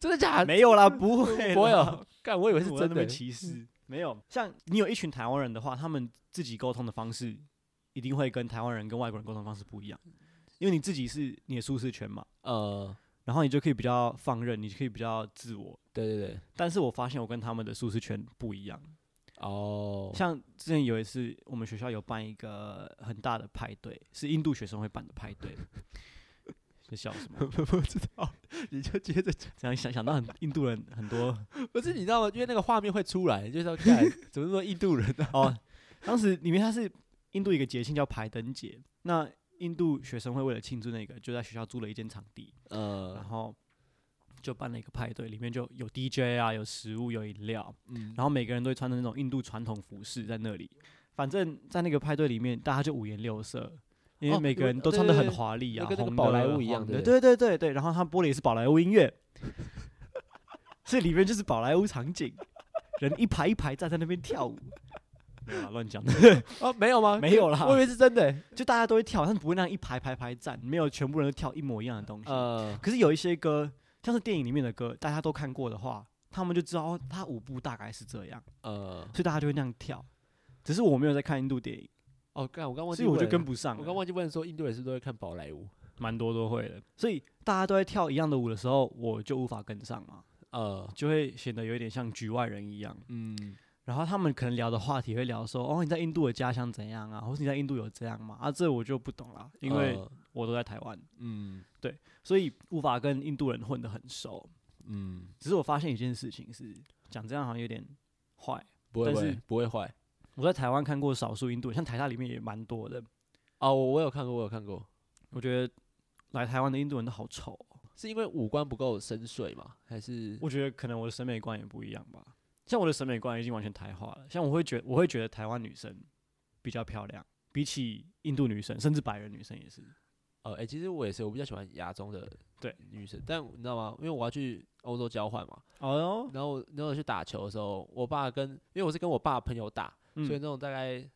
Speaker 1: 真的假的？
Speaker 2: 没有啦，不会，
Speaker 1: 不会哦，，干我以为是
Speaker 2: 我在
Speaker 1: 真
Speaker 2: 那
Speaker 1: 的
Speaker 2: 边。歧视。没有，像你有一群台湾人的话，他们自己沟通的方式一定会跟台湾人跟外国人沟通方式不一样，因为你自己是你的舒适圈嘛，
Speaker 1: 呃，
Speaker 2: 然后你就可以比较放任，你可以比较自我。
Speaker 1: 对对对，
Speaker 2: 但是我发现我跟他们的舒适圈不一样。
Speaker 1: 哦，
Speaker 2: 像之前有一次，我们学校有办一个很大的派对，是印度学生会办的派 对。在笑什 么？
Speaker 1: 不知道，你就接着讲。
Speaker 2: 这样想想到很印度人很多
Speaker 1: 不是你知道吗？因为那个画面会出来，你就是要看怎么说印度人呢、
Speaker 2: 哦。当时里面它是印度一个节庆叫排灯节，那印度学生会为了庆祝那个，就在学校租了一间场地，然
Speaker 1: 呃，
Speaker 2: 后就办了一个派对，里面就有 DJ 啊，有食物，有饮料，
Speaker 1: 嗯，
Speaker 2: 然后每个人都会穿着那种印度传统服饰在那里。反正，在那个派对里面，大家就五颜六色，因为
Speaker 1: 哦
Speaker 2: 每个
Speaker 1: 有
Speaker 2: 人都
Speaker 1: 对
Speaker 2: 穿的
Speaker 1: 对
Speaker 2: 很
Speaker 1: 对
Speaker 2: 华丽啊，
Speaker 1: 就跟那个
Speaker 2: 红
Speaker 1: 宝
Speaker 2: 的
Speaker 1: 莱坞一样
Speaker 2: 黄
Speaker 1: 对
Speaker 2: 的。
Speaker 1: 不
Speaker 2: 对对对对，然后他播的也是宝莱坞音乐， 所以里面就是宝莱坞场景，人一排一排站在那边跳舞，没
Speaker 1: 啊
Speaker 2: 有啦乱讲的，
Speaker 1: 哦，没有吗？
Speaker 2: 没有啦
Speaker 1: 我以为是真 的欸。
Speaker 2: 就大家都会跳，但不会那样一排排排站，没有全部人都跳一模一样的东西。
Speaker 1: 呃，
Speaker 2: 可是有一些歌，像是电影里面的歌，大家都看过的话，他们就知道哦他舞步大概是这样，
Speaker 1: 呃，
Speaker 2: 所以大家就会那样跳。只是我没有在看印度电影，
Speaker 1: 哦，干，我刚忘记
Speaker 2: 所以
Speaker 1: 问了，
Speaker 2: 我就跟不上了。
Speaker 1: 我刚忘记问说，印度人是不是都会看宝莱坞？
Speaker 2: 蛮多都会的，所以大家都在跳一样的舞的时候，我就无法跟上嘛，
Speaker 1: 呃，
Speaker 2: 就会显得有一点像局外人一样。
Speaker 1: 嗯，
Speaker 2: 然后他们可能聊的话题会聊说，哦，你在印度的家乡怎样啊，或是你在印度有这样吗？啊，这我就不懂啦，因为
Speaker 1: 呃
Speaker 2: 我都在台湾，
Speaker 1: 嗯
Speaker 2: 所以无法跟印度人混得很熟。
Speaker 1: 嗯，
Speaker 2: 只是我发现一件事情是，讲这样好像有点坏。
Speaker 1: 不会
Speaker 2: 但
Speaker 1: 不
Speaker 2: 是
Speaker 1: 会不会坏。
Speaker 2: 我在台湾看过少数印度人，像台大里面也蛮多的，
Speaker 1: 哦，我我有看过，我有看过，
Speaker 2: 我觉得来台湾的印度人都好丑哦、
Speaker 1: 是因为五官不够深邃吗？还是
Speaker 2: 我觉得可能我的审美观也不一样吧。像我的审美观已经完全台化了，像我会觉我会觉得台湾女生比较漂亮，比起印度女生，甚至白人女生也是。
Speaker 1: 呃，哎、其实我也是，我比较喜欢亚洲的
Speaker 2: 对
Speaker 1: 女生，但你知道吗？因为我要去欧洲交换嘛，
Speaker 2: 哦，
Speaker 1: 然后然后我去打球的时候，我爸跟因为我是跟我爸朋友打，
Speaker 2: 嗯
Speaker 1: 所以那种大概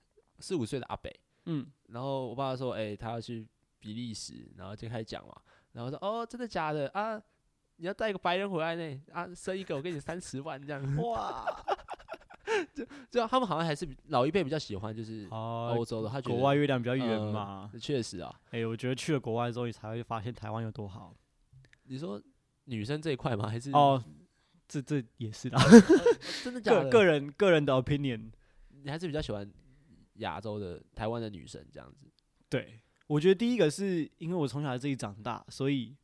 Speaker 1: 四五岁的阿北，
Speaker 2: 嗯，
Speaker 1: 然后我爸说，哎、他要去比利时，然后就开始讲嘛，然后说，哦，真的假的啊？你要带一个白人回来呢？啊，生一个我给你三十万这样，
Speaker 2: 哇，
Speaker 1: 就他们好像还是比老一辈比较喜欢就是
Speaker 2: 哦
Speaker 1: 欧，洲的，他觉得
Speaker 2: 国外月亮比较圆
Speaker 1: 呃
Speaker 2: 嘛。
Speaker 1: 确实啊，
Speaker 2: 哎、我觉得去了国外之后，你才会发现台湾有多好。
Speaker 1: 你说女生这一块吗？还是
Speaker 2: 哦，这这也是啦，
Speaker 1: 真的假
Speaker 2: 个
Speaker 1: 的？
Speaker 2: 个人个人的 opinion。
Speaker 1: 你还是比较喜欢亚洲的台湾的女生这样子。
Speaker 2: 对，我觉得第一个是因为我从小在这里长大，所以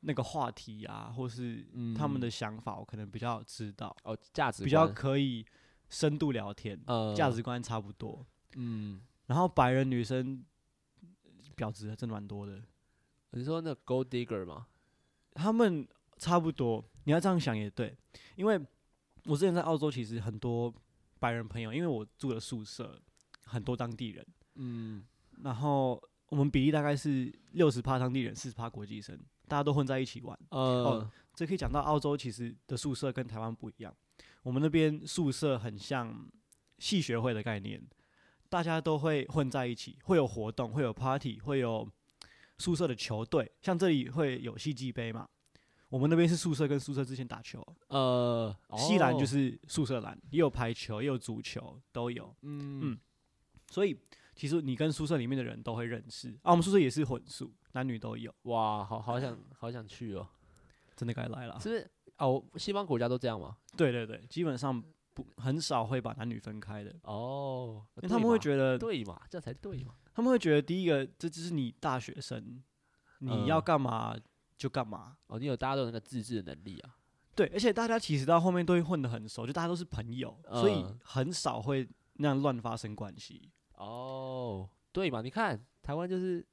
Speaker 2: 那个话题啊，或是
Speaker 1: 嗯
Speaker 2: 他们的想法，我可能比较知道，
Speaker 1: 哦，价值
Speaker 2: 比较
Speaker 1: 观
Speaker 2: 可以深度聊天，
Speaker 1: 呃
Speaker 2: 价值观差不多。
Speaker 1: 嗯，
Speaker 2: 然后白人女生婊子真的蛮多的，
Speaker 1: 你说那 Gold Digger 吗？
Speaker 2: 他们差不多，你要这样想也对，因为我之前在澳洲其实很多白人朋友，因为我住的宿舍很多当地人，
Speaker 1: 嗯，
Speaker 2: 然后我们比例大概是六十趴当地人，四十趴国际生，大家都混在一起玩。
Speaker 1: 呃，
Speaker 2: 这可以讲到澳洲其实的宿舍跟台湾不一样，我们那边宿舍很像系学会的概念，大家都会混在一起，会有活动，会有 party，会有宿舍的球队，像这里会有戏剧杯嘛。我们那边是宿舍跟宿舍之间打球，
Speaker 1: 呃，
Speaker 2: 西篮就
Speaker 1: 哦
Speaker 2: 是宿舍篮，也有排球，也有足球，都有。
Speaker 1: 嗯
Speaker 2: 嗯所以其实你跟宿舍里面的人都会认识啊。我们宿舍也是混宿，男女都有，
Speaker 1: 哇，好好想好想去哦，
Speaker 2: 真的该来了。
Speaker 1: 是不是？哦，西方国家都这样吗？
Speaker 2: 对对对，基本上不很少会把男女分开的，
Speaker 1: 哦，
Speaker 2: 因为他们会
Speaker 1: 得
Speaker 2: 觉得，
Speaker 1: 对嘛，这样才对嘛。
Speaker 2: 他们会觉得第一个，这就是你大学生，你
Speaker 1: 嗯
Speaker 2: 要干嘛就干嘛。
Speaker 1: 哦，你有大家都有那个自制的能力啊。
Speaker 2: 对，而且大家其实到后面都会混得很熟，就大家都是朋友，所以
Speaker 1: 嗯
Speaker 2: 很少会那样乱发生关系。
Speaker 1: 哦，对嘛，你看台湾就是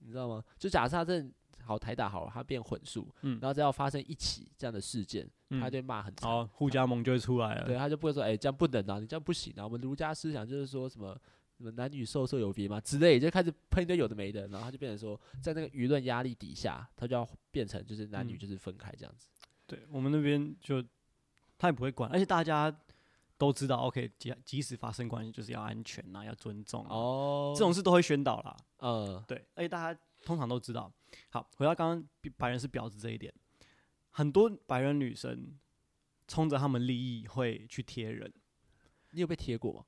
Speaker 1: 你知道吗？就假设他真的好台打好了，他变混宿，
Speaker 2: 嗯
Speaker 1: 然后只要发生一起这样的事件，他
Speaker 2: 嗯
Speaker 1: 就会骂很惨。
Speaker 2: 哦，互加盟就会出来了。
Speaker 1: 对，他就不会说，哎、这样不能啊，你这样不行啊。我们儒家思想就是说什么什么男女授受有别嘛之类，就开始喷一堆有的没的，然后他就变成说，在那个舆论压力底下，他就要变成就是男女
Speaker 2: 嗯
Speaker 1: 就是分开这样子。
Speaker 2: 对我们那边就他也不会管，而且大家都知道，OK，即即使发生关系，就是要安全呐、要尊重、哦，
Speaker 1: 哦
Speaker 2: 这种事都会宣导啦。
Speaker 1: 呃，
Speaker 2: 对，而且大家通常都知道。好，回到刚刚白人是婊子这一点，很多白人女生冲着他们利益会去贴人，
Speaker 1: 你有被贴过吗？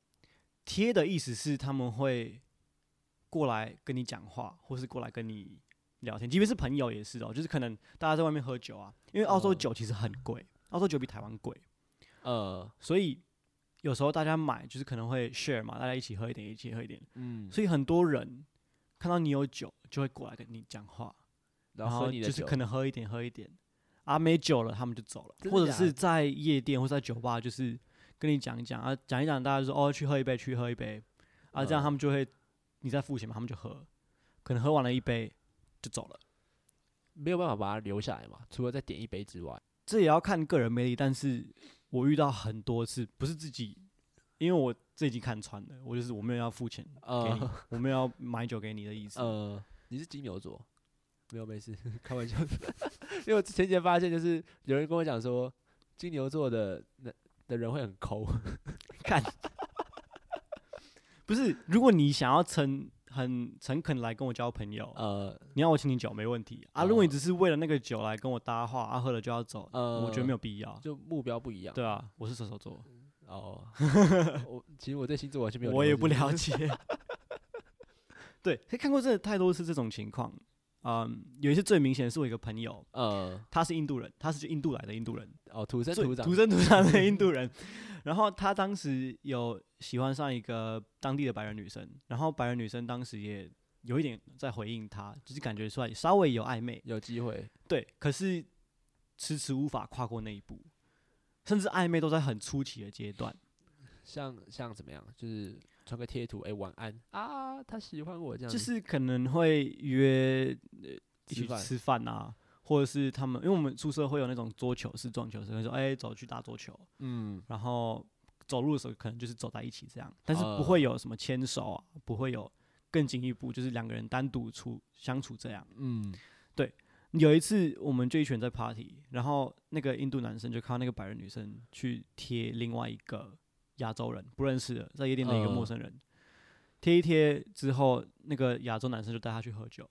Speaker 2: 贴的意思是他们会过来跟你讲话，或是过来跟你聊天，即便是朋友也是哦，就是可能大家在外面喝酒啊，因为澳洲
Speaker 1: 哦
Speaker 2: 酒其实很贵，澳洲酒比台湾贵。
Speaker 1: 呃，
Speaker 2: 所以有时候大家买就是可能会 share 嘛，大家一起喝一点，一起喝一点。
Speaker 1: 嗯，
Speaker 2: 所以很多人看到你有酒，就会过来跟你讲话，
Speaker 1: 然后
Speaker 2: 后
Speaker 1: 喝你的
Speaker 2: 就是
Speaker 1: 酒，
Speaker 2: 可能喝一点，喝一点啊，没酒了他们就走了，
Speaker 1: 真的
Speaker 2: 或者
Speaker 1: 假的
Speaker 2: 是在夜店或者在酒吧，就是跟你讲一讲啊，讲一讲，大家就说哦去喝一杯，去喝一杯啊，这样
Speaker 1: 嗯
Speaker 2: 他们就会你再付钱嘛，他们就喝，可能喝完了一杯就走了。
Speaker 1: 没有办法把它留下来嘛，除了再点一杯之外，
Speaker 2: 这也要看个人魅力，但是我遇到很多次，不是自己，因为我这已经看穿了，我就是我没有要付钱给你，
Speaker 1: 呃
Speaker 2: 我没有要买酒给你的 意思。
Speaker 1: 呃，你是金牛座。没有，没事， 开玩笑的。因为我前几天发现，就是有人跟我讲说，金牛座的的的人会很抠，
Speaker 2: 看，不是，如果你想要诚很诚恳来跟我交朋友，
Speaker 1: 呃
Speaker 2: 你要我请你酒没问题啊。如果你只是为了那个酒来跟我搭话，啊喝了就要走，
Speaker 1: 哦呃，
Speaker 2: 我觉得没有必要。
Speaker 1: 就目标不一样。
Speaker 2: 对啊，我是射手座，
Speaker 1: 哦， 我其实我对星座完全没有，
Speaker 2: 我也不。了解。 对，可以看过真的太多次这种情况。嗯，有一次最明显的是我一个朋友，
Speaker 1: 呃，
Speaker 2: 他是印度人，他是去印度来的印度人，
Speaker 1: 哦，土生
Speaker 2: 最
Speaker 1: 土长，
Speaker 2: 土生土长的印度 人。然后他当时有喜欢上一个当地的白人女生，然后白人女生当时也有一点在回应他，就是感觉出来稍微有暧昧，
Speaker 1: 有机会。
Speaker 2: 对，可是迟迟无法跨过那一步，甚至暧昧都在很初期的阶段。
Speaker 1: 像像怎么样，就是传个贴图，哎、晚安啊，他喜欢我这样
Speaker 2: 就
Speaker 1: 子，
Speaker 2: 是可能会约呃一
Speaker 1: 吃
Speaker 2: 起
Speaker 1: 饭
Speaker 2: 吃饭啊，或者是他们，因为我们宿舍会有那种桌球是撞球社，会说哎、走去打桌球，
Speaker 1: 嗯，
Speaker 2: 然后走路的时候可能就是走在一起这样，但是
Speaker 1: 呃
Speaker 2: 不会有什么牵手啊，不会有更进一步，就是两个人单独处相处这样。
Speaker 1: 嗯，
Speaker 2: 有一次我们就一群人在 party，然后那个印度男生就看到那个白人女生去贴另外一个亚洲人不认识的，在夜店的一个陌
Speaker 1: 呃
Speaker 2: 生人，贴一贴之后，那个亚洲男生就带她去喝酒，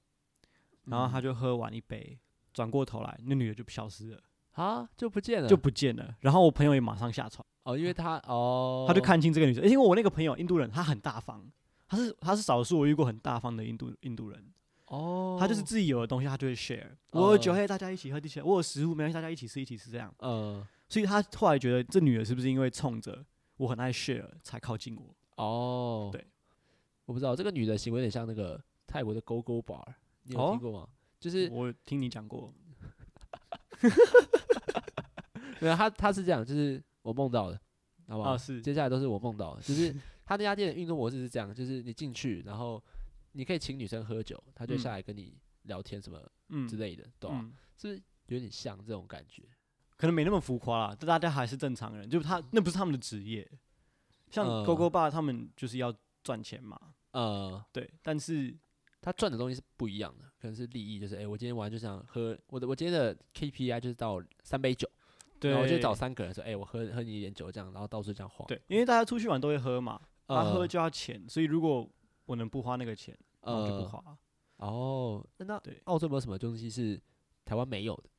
Speaker 2: 然后他
Speaker 1: 就
Speaker 2: 就喝完一杯，转过头来，那女的就消失了，
Speaker 1: 啊就不见了，
Speaker 2: 就不见了。然后我朋友也马上下床，
Speaker 1: 哦，因为他哦，
Speaker 2: 他就看清这个女生，因为我那个朋友印度人，他很大方，他是他是少数我遇过很大方的印度印度人。
Speaker 1: 哦，
Speaker 2: 他就是自己有的东西，他就会 share。我有酒，
Speaker 1: 呃
Speaker 2: 嘿，大家一起喝，一起喝；我有食物，没关系，大家一起吃，一起吃这样。
Speaker 1: 呃
Speaker 2: 所以他后来觉得这女的是不是因为冲着我很爱 share 才靠近我？
Speaker 1: 哦，
Speaker 2: 对，
Speaker 1: 我不知道这个女的行为有点像那个泰国的勾勾 bar，你有
Speaker 2: 哦
Speaker 1: 听过吗？就是
Speaker 2: 我听你讲过，
Speaker 1: 没有，他他是这样，就是我梦到的，好不好？
Speaker 2: 啊是
Speaker 1: 接下来都是我梦 到的，就是他那家店的运作模式是这样，就是你进去，然后你可以请女生喝酒，他就
Speaker 2: 嗯
Speaker 1: 下来跟你聊天什么
Speaker 2: 嗯，
Speaker 1: 之类的，啊懂吗、
Speaker 2: 嗯，
Speaker 1: 是不是有点像这种感觉？
Speaker 2: 可能没那么浮夸啦，但大家还是正常人，就是他那不是他们的职业。像
Speaker 1: 呃
Speaker 2: GoGo 爸他们就是要赚钱嘛，
Speaker 1: 呃，
Speaker 2: 对，但是
Speaker 1: 他赚的东西是不一样的，可能是利益，就是哎、诶我今天晚上就想喝我的，我今天的 KPI 就是到三杯酒，
Speaker 2: 对，
Speaker 1: 然后我就找三个人说，哎、我喝喝你一点酒这样，然后到处这样晃，
Speaker 2: 对，因为大家出去玩都会喝嘛，他、
Speaker 1: 呃，
Speaker 2: 喝就要钱，所以如果我能不花那个钱，那我就不
Speaker 1: 呃
Speaker 2: 花。
Speaker 1: 哦，那那
Speaker 2: 对
Speaker 1: 澳洲有没有什么东西是台湾没有的？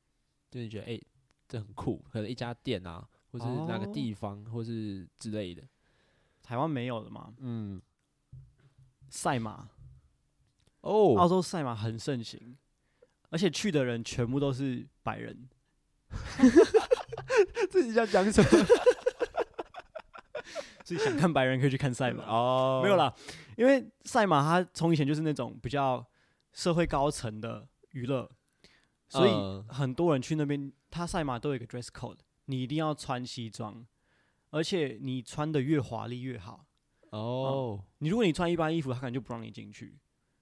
Speaker 1: 就你觉得哎、诶这很酷，可能一家店啊，或是哪个
Speaker 2: 哦
Speaker 1: 地方，或是之类的。
Speaker 2: 台湾没有的嘛，
Speaker 1: 嗯，
Speaker 2: 赛马。澳
Speaker 1: 哦，
Speaker 2: 洲赛马很盛行，而且去的人全部都是白人，
Speaker 1: 自己想讲什 么？
Speaker 2: 所以想看白人可以去看赛 马。
Speaker 1: 哦
Speaker 2: 没有，啦，因为赛马它从以前就是那种比较社会高层的娱乐，所以
Speaker 1: 嗯
Speaker 2: 很多人去那边，他赛马都有一个 dress code，你一定要穿西装，而且你穿的越华丽越好。
Speaker 1: 哦，
Speaker 2: 你如果你穿一般衣服，他可能就不让你进去，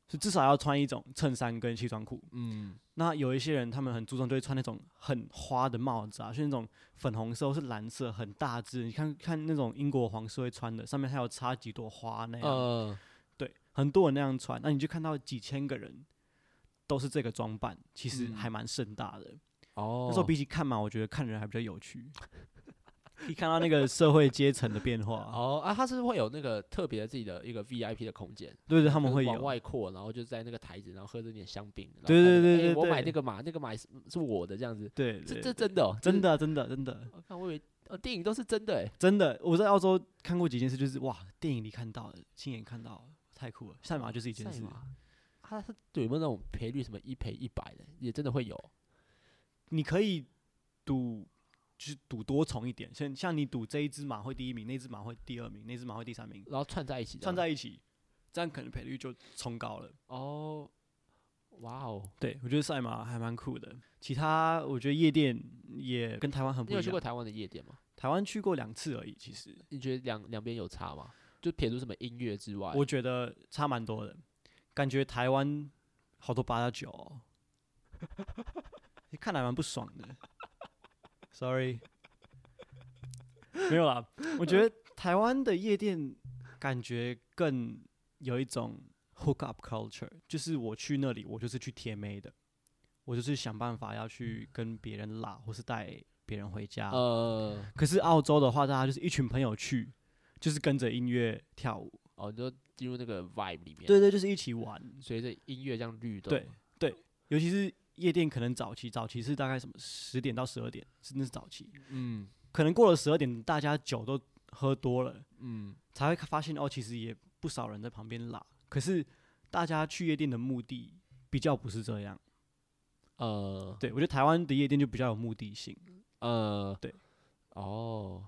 Speaker 2: 所以至少要穿一种衬衫跟西装裤。
Speaker 1: 嗯，
Speaker 2: 那有一些人，他们很注重，就会穿那种很花的帽子啊，是那种粉红色或是蓝色，很大只。你看看那种英国皇室会穿的，上面还有插几朵花那样。
Speaker 1: 呃，
Speaker 2: 对，很多人那样穿，那你就看到几千个人都是这个装扮，其实
Speaker 1: 嗯
Speaker 2: 还蛮盛大的。
Speaker 1: 哦，
Speaker 2: 那时候比起看嘛，我觉得看人还比较 有趣，一看到那个社会阶层的变化，
Speaker 1: 哦啊，它是会有那个特别自己的一个 VIP 的空间，
Speaker 2: 对对，他
Speaker 1: 他
Speaker 2: 们会
Speaker 1: 往
Speaker 2: 有。
Speaker 1: 外扩，然后就在那个台子，然后喝着点香槟，然后
Speaker 2: 对对
Speaker 1: 看那个
Speaker 2: 对
Speaker 1: 诶
Speaker 2: 对
Speaker 1: 哎我买
Speaker 2: 对
Speaker 1: 那个马，那个马是是我的这样子，
Speaker 2: 对，
Speaker 1: 这
Speaker 2: 对
Speaker 1: 这
Speaker 2: 对
Speaker 1: 真的哦
Speaker 2: 真，
Speaker 1: 这是
Speaker 2: 的真的真的
Speaker 1: 我看我以为呃电影都是真的哎，
Speaker 2: 真的，我在澳洲看过几件事，就是哇，电影里看到的，亲眼看到的，太酷了。赛马就是一件
Speaker 1: 哎赛
Speaker 2: 事，
Speaker 1: 马啊，他有没有那种赔率什么一赔一百的，也真的会有
Speaker 2: 你可以赌，就是赌多重一点，像像你赌这一只马会第一名，那只马会第二名，那只马会第三名，
Speaker 1: 然后串在一起这样，
Speaker 2: 串在一起，这样可能赔率就冲高了。
Speaker 1: 哦，哇哦，
Speaker 2: 对，我觉得赛马还蛮酷的。其他我觉得夜店也跟台湾很
Speaker 1: 你
Speaker 2: 不
Speaker 1: 有
Speaker 2: 一
Speaker 1: 去过
Speaker 2: 样，
Speaker 1: 台湾的夜店吗？
Speaker 2: 台湾去过两次而已，其实
Speaker 1: 你觉得两两边有差吗？就撇除什么音乐之外，
Speaker 2: 我觉得差蛮多的，感觉台湾好多八加九、哦， 看来蛮不爽的。Sorry，没有啦，我觉得台湾的夜店感觉更有一种 hook up culture，就是我去那里，我就是去贴妹的，我就是想办法要去跟别人拉，或是带别人回家。
Speaker 1: 呃，
Speaker 2: 可是澳洲的话，大家就是一群朋友去，就是跟着音乐跳舞，
Speaker 1: 哦，你就进入那个 vibe 里面，
Speaker 2: 啊对对，就是一起玩。
Speaker 1: 随着音乐这样律动，
Speaker 2: 对对，尤其是夜店，可能早期早期是大概什么十点到十二点，是那是早期。
Speaker 1: 嗯
Speaker 2: 可能过了十二点，大家酒都喝多了，
Speaker 1: 嗯，
Speaker 2: 才会发现哦，其实也不少人在旁边拉。可是大家去夜店的目的比较不是这样。
Speaker 1: 呃
Speaker 2: 对我觉得台湾的夜店就比较有目的性，
Speaker 1: 呃，
Speaker 2: 对，
Speaker 1: 哦，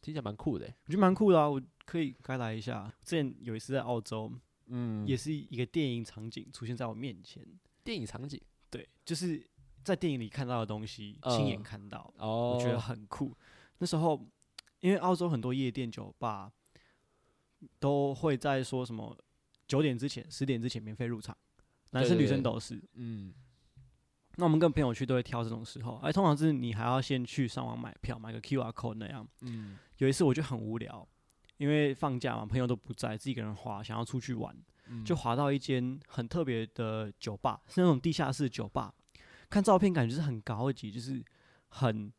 Speaker 1: 听起来蛮酷的欸，
Speaker 2: 我觉得蛮酷的啊。我可以该来一下。之前有一次在澳洲，
Speaker 1: 嗯，
Speaker 2: 也是一个电影场景出现在我面前，
Speaker 1: 电影场景
Speaker 2: 对，就是在电影里看到的东西，亲眼
Speaker 1: 呃
Speaker 2: 看到。
Speaker 1: 哦，
Speaker 2: 我觉得很酷。那时候，因为澳洲很多夜店酒吧都会在说什么九点之前、十点之前免费入场，男
Speaker 1: 对
Speaker 2: 生
Speaker 1: 对
Speaker 2: 女生
Speaker 1: 对
Speaker 2: 都是。
Speaker 1: 嗯
Speaker 2: 那我们跟朋友去都会挑这种时候，哎，通常是你还要先去上网买票，买个 QR code 那样。
Speaker 1: 嗯
Speaker 2: 有一次我就很无聊，因为放假嘛，朋友都不在，自己一个人滑，想要出去玩，
Speaker 1: 嗯
Speaker 2: 就滑到一间很特别的酒吧，是那种地下室酒吧。看照片感觉是很高级，就是很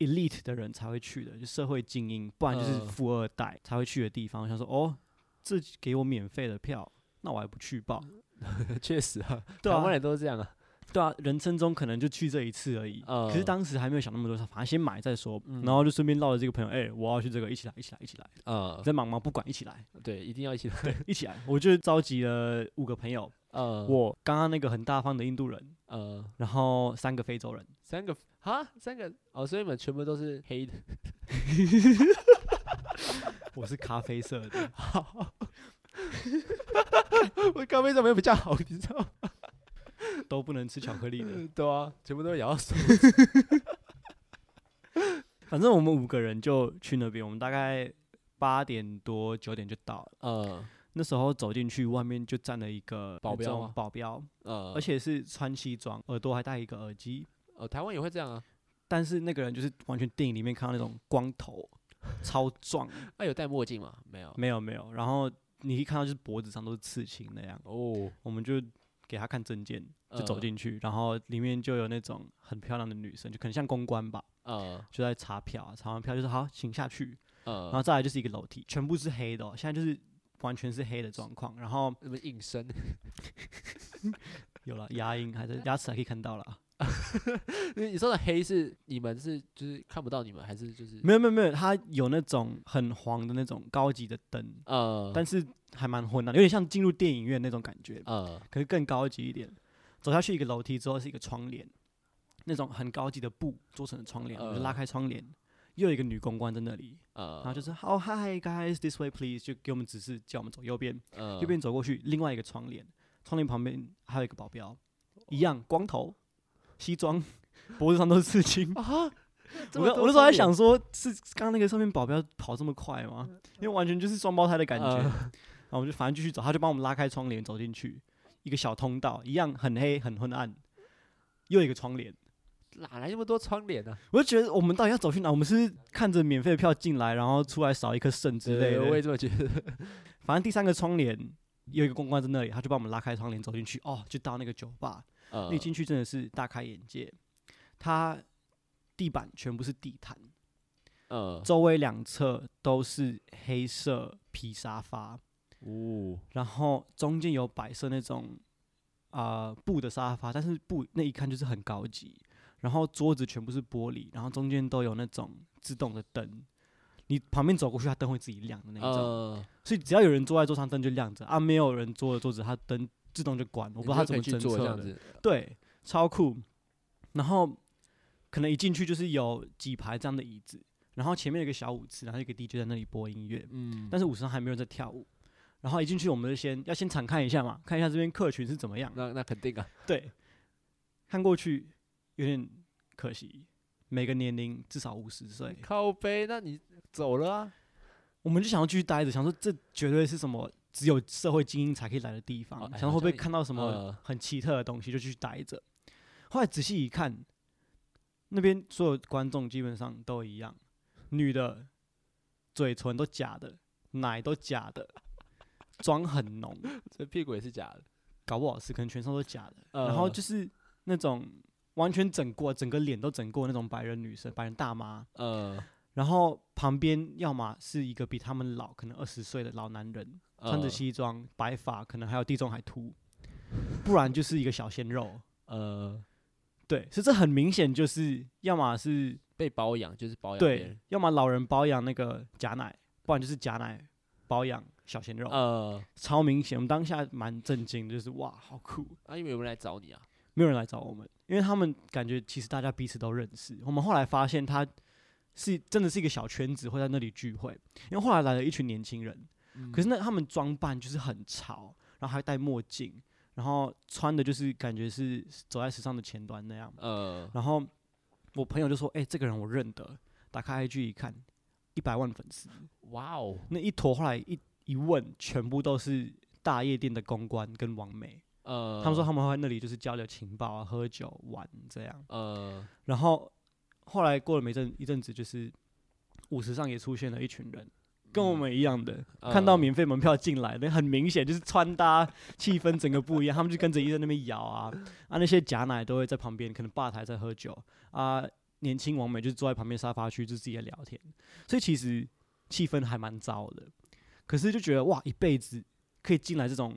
Speaker 2: elite 的人才会去的，就社会精英，不然就是
Speaker 1: 呃
Speaker 2: 富二代才会去的地方。我想说，哦，这给我免费的票，那我还不去报？
Speaker 1: 嗯 确实啊，
Speaker 2: 对
Speaker 1: 台湾
Speaker 2: 啊，
Speaker 1: 人都这样啊，
Speaker 2: 对啊，人生中可能就去这一次而已。
Speaker 1: 呃
Speaker 2: 可是当时还没有想那么多，反正先买再说，
Speaker 1: 嗯
Speaker 2: 然后就顺便绕着这个朋友，哎、我要去这个，一起来，一起来，一起来。
Speaker 1: 呃，
Speaker 2: 在忙吗？不管，一起来，
Speaker 1: 对，一定要一起 来，
Speaker 2: 一起来。我就召集了五个朋友，
Speaker 1: 呃，
Speaker 2: 我刚刚那个很大方的印度人，
Speaker 1: 呃，
Speaker 2: 然后三个非洲人，
Speaker 1: 三个哈，三个哦，所以你们全部都是黑的，
Speaker 2: 我是咖啡色的，
Speaker 1: 我咖啡怎么又比较好，你知道吗？
Speaker 2: 都不能吃巧克力的。
Speaker 1: 对啊，全部都咬到手，
Speaker 2: 反正我们五个人就去那边，我们大概八点多九点就到了。
Speaker 1: 呃
Speaker 2: 那时候走进去，外面就站了一个
Speaker 1: 保
Speaker 2: 那
Speaker 1: 镖
Speaker 2: 种
Speaker 1: 吗
Speaker 2: 保镖，嗯
Speaker 1: 呃，
Speaker 2: 而且是穿西装，耳朵还戴一个耳机。
Speaker 1: 呃，台湾也会这样啊，
Speaker 2: 但是那个人就是完全电影里面看到那种光头，超壮，
Speaker 1: 啊，有戴墨镜吗？没有，
Speaker 2: 没有没有。然后你一看到就是脖子上都是刺青那样，
Speaker 1: 哦，
Speaker 2: 我们就给他看证件，就走
Speaker 1: 呃
Speaker 2: 进去，然后里面就有那种很漂亮的女生，就可能像公关吧，
Speaker 1: 呃
Speaker 2: 就在查票啊，查完票就是好，请下去，然后
Speaker 1: 呃，
Speaker 2: 再来就是一个楼梯，全部是黑的、哦，现在就是完全是黑的状况，然后
Speaker 1: 那么隐身，
Speaker 2: 有了牙龈还是牙齿还可以看到了，
Speaker 1: 你你说的黑是你们是就是看不到你们，还是就是
Speaker 2: 没有没有没有，它有那种很黄的那种高级的灯，
Speaker 1: 呃
Speaker 2: 但是还蛮昏暗，有点像进入电影院那种感觉，
Speaker 1: 呃
Speaker 2: 可是更高级一点。走下去一个楼梯之后是一个窗帘，那种很高级的布做成的窗帘，我就拉
Speaker 1: 呃
Speaker 2: 开窗帘，又有一个女公关在那里，
Speaker 1: 呃，
Speaker 2: 然后就是 “Oh hi guys, this way please”，就给我们指示，叫我们走右边，
Speaker 1: 呃
Speaker 2: 右边走过去，另外一个窗帘，窗帘旁边还有一个保
Speaker 1: 哦
Speaker 2: 镖，一样光头，西装，脖子上都是刺青。
Speaker 1: 啊，这么
Speaker 2: 我刚我
Speaker 1: 多
Speaker 2: 那时候
Speaker 1: 双
Speaker 2: 还
Speaker 1: 眼
Speaker 2: 想说，是刚刚那个上面保镖跑这么快吗？
Speaker 1: 嗯
Speaker 2: 因为完全就是双胞胎的感觉。
Speaker 1: 呃
Speaker 2: 然后我们就反正继续走，他就帮我们拉开窗帘走进去，一个小通道，一样很黑很昏暗，又一个窗帘。
Speaker 1: 哪来那么多窗帘呢、啊？
Speaker 2: 我就觉得我们到底要走去哪？我们是不是看着免费的票进来，然后出来少一颗肾之类
Speaker 1: 呃我也
Speaker 2: 的。
Speaker 1: 这么觉得。
Speaker 2: 反正第三个窗帘有一个公关在那里，他就帮我们拉开窗帘走进去，哦，就到那个酒吧。
Speaker 1: 呃
Speaker 2: 那进去真的是大开眼界，它地板全部是地毯，
Speaker 1: 呃，
Speaker 2: 周围两侧都是黑色皮沙发，
Speaker 1: 哦，
Speaker 2: 然后中间有摆设那种啊、呃布的沙发，但是布那一看就是很高级。然后桌子全部是玻璃，然后中间都有那种自动的灯，你旁边走过去，它灯会自己亮的那一种。
Speaker 1: 呃，
Speaker 2: 所以只要有人坐在桌上，灯就亮着啊；没有人坐的桌子，它灯自动就关。我
Speaker 1: 我
Speaker 2: 不知道它怎么
Speaker 1: 去
Speaker 2: 侦
Speaker 1: 做这
Speaker 2: 测
Speaker 1: 样
Speaker 2: 的。
Speaker 1: 子。
Speaker 2: 对，超酷。然后可能一进去就是有几排这样的椅子，然后前面有一个小舞池，然后一个 DJ 在那里播音乐。
Speaker 1: 嗯，
Speaker 2: 但是舞池上还没有人在跳舞。然后一进去，我们就先要先敞看一下嘛，看一下这边客群是怎么样。
Speaker 1: 那那肯定啊，
Speaker 2: 对，看过去有点可惜，每个年龄至少五十岁。
Speaker 1: 靠背，那你走了啊？
Speaker 2: 我们就想要继续待着，想说这绝对是什么只有社会精英才可以来的地方，
Speaker 1: 哦哎
Speaker 2: 想说
Speaker 1: 好
Speaker 2: 会不会
Speaker 1: 像
Speaker 2: 看到什么
Speaker 1: 呃
Speaker 2: 很奇特的东西就去待着。后来仔细一看，那边所有观众基本上都一样，女的嘴唇都假的，奶都假的，妆很浓，
Speaker 1: 这屁股也是假的。
Speaker 2: 搞不好是可能全身都假的。然后
Speaker 1: 呃
Speaker 2: 就是那种完全整过，整个脸都整过那种白人女生、白人大妈，
Speaker 1: 呃
Speaker 2: 然后旁边要么是一个比他们老，可能二十岁的老男人，穿着
Speaker 1: 呃
Speaker 2: 西装，白发，可能还有地中海秃，不然就是一个小鲜肉。
Speaker 1: 呃
Speaker 2: 对，所以这很明显就是要么是
Speaker 1: 被包养，就是包养别
Speaker 2: 对
Speaker 1: 人，，
Speaker 2: 要么老人包养那个假奶，不然就是假奶包养小鲜肉，
Speaker 1: 呃，
Speaker 2: 超明显。我们当下蛮震惊的，就是哇，好酷，
Speaker 1: 啊，因为有人来找你啊，
Speaker 2: 没有人来找我们，因为他们感觉其实大家彼此都认识。我们后来发现他是真的是一个小圈子，会在那里聚会。因为后来来了一群年轻人，可是那他们装扮就是很潮，然后还戴墨镜，然后穿的就是感觉是走在时尚的前端那样。
Speaker 1: 呃，
Speaker 2: 然后我朋友就说：“哎、这个人我认得。”打开 IG 一看，一百万粉丝，
Speaker 1: 哇哦，
Speaker 2: 那一坨后来一一问，全部都是大夜店的公关跟王媒。
Speaker 1: 呃，
Speaker 2: 他们说他们会在那里就是交流情报啊、喝酒、玩这样。
Speaker 1: 呃，
Speaker 2: 然后后来过了没阵一阵子，就是舞池上也出现了一群人，跟我们一样的，
Speaker 1: 嗯
Speaker 2: 看到
Speaker 1: 呃
Speaker 2: 免费门票进来，那很明显就是穿搭气氛整个不一样，他们就跟着一直在那边摇啊啊，那些假奶都会在旁边，可能吧台在喝酒啊，年轻王美就坐在旁边沙发区就自己在聊天，所以其实气氛还蛮糟的，可是就觉得哇，一辈子可以进来这种。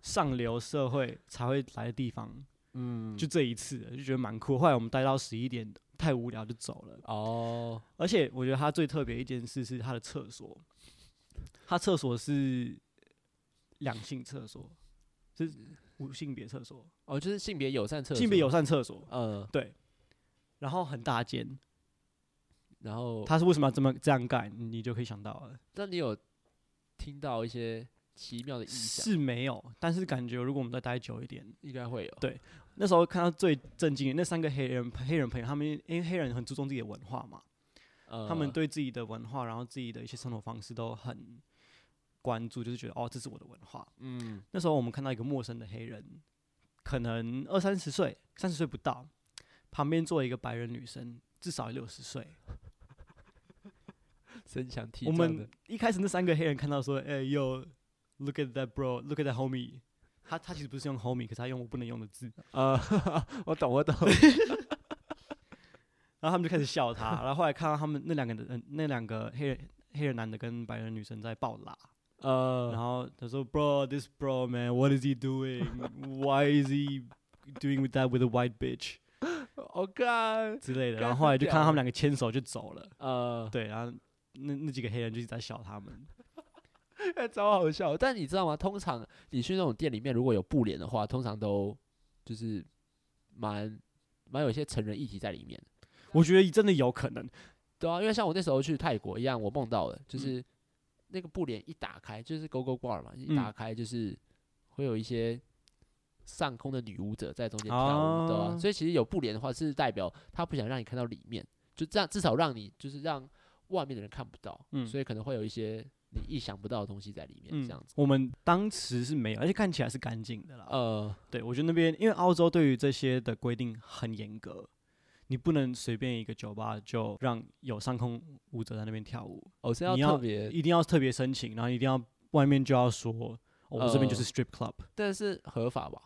Speaker 2: 上流社会才会来的地方，
Speaker 1: 嗯，
Speaker 2: 就这一次了，就觉得蛮酷。后来我们待到十一点，太无聊就走了。
Speaker 1: 哦，
Speaker 2: 而且我觉得它最特别一件事是它的厕所，它厕所是两性厕所，是无性别厕所，
Speaker 1: 哦，就是性别友善厕所，
Speaker 2: 性别友善厕所，
Speaker 1: 呃，
Speaker 2: 然后很大间。
Speaker 1: 然后
Speaker 2: 它是为什么要这么这样盖，你就可以想到了。
Speaker 1: 那你有听到一些奇妙的异响？
Speaker 2: 是没有，但是感觉如果我们再待久一点，
Speaker 1: 应该会有。
Speaker 2: 对那时候看到最震惊的那三个黑人黑人朋友，他们因为黑人很注重自己的文化嘛，
Speaker 1: 呃，
Speaker 2: 他们对自己的文化，然后自己的一些生活方式都很关注，就是觉得哦，这是我的文化。
Speaker 1: 嗯
Speaker 2: 那时候我们看到一个陌生的黑人，可能二三十岁，三十岁不到，旁边坐一个白人女生，至少六十岁。
Speaker 1: 身强体
Speaker 2: 我
Speaker 1: 壮
Speaker 2: 们
Speaker 1: 的
Speaker 2: 一开始那三个黑人看到说，哎、呦 l o o k at that bro，look at that homie。他他其实不是用 homie，可是他用我不能用的字，
Speaker 1: 呃， 我懂我懂，
Speaker 2: 然后他们就开始笑他，然后后来看到他们那两个人、嗯那两个黑人黑人男的跟白人女生在暴拉，然
Speaker 1: 呃，
Speaker 2: 后他说，Bro, this bro man, what is he doing? Why is he doing with that with a white bitch
Speaker 1: 我看，
Speaker 2: 之类的？
Speaker 1: 干
Speaker 2: 然后后来
Speaker 1: 太
Speaker 2: 就
Speaker 1: 屌
Speaker 2: 看到他
Speaker 1: 了
Speaker 2: 们两个牵手就走了。
Speaker 1: 呃，
Speaker 2: 对，然后那那几个黑人就一直在笑他们。
Speaker 1: 哎超好笑。但你知道吗？通常你去那种店里面，如果有布帘的话，通常都就是蛮蛮有一些成人议题在里面。
Speaker 2: 我觉得真的有可能，
Speaker 1: 对啊，因为像我那时候去泰国一样，我梦到的
Speaker 2: 嗯
Speaker 1: 就是那个布帘一打开，就是 Go Go Bar 嘛，一
Speaker 2: 嗯
Speaker 1: 打开就是会有一些上空的女舞者在中间跳舞，对吧、
Speaker 2: 哦
Speaker 1: 所以其实有布帘的话，是代表他不想让你看到里面，就这样至少让你就是让外面的人看不到，
Speaker 2: 嗯
Speaker 1: 所以可能会有一些你意想不到的东西在里面，这样子。
Speaker 2: 嗯我们当时是没有，而且看起来是干净的啦。
Speaker 1: 呃，
Speaker 2: 对，我觉得那边因为澳洲对于这些的规定很严格，你不能随便一个酒吧就让有上空舞者在那边跳舞，
Speaker 1: 我、是要
Speaker 2: 你要
Speaker 1: 特别，
Speaker 2: 一定要特别申请，然后一定要外面就要说，哦、我这边就是
Speaker 1: 呃
Speaker 2: strip club，、
Speaker 1: 但是合法吧？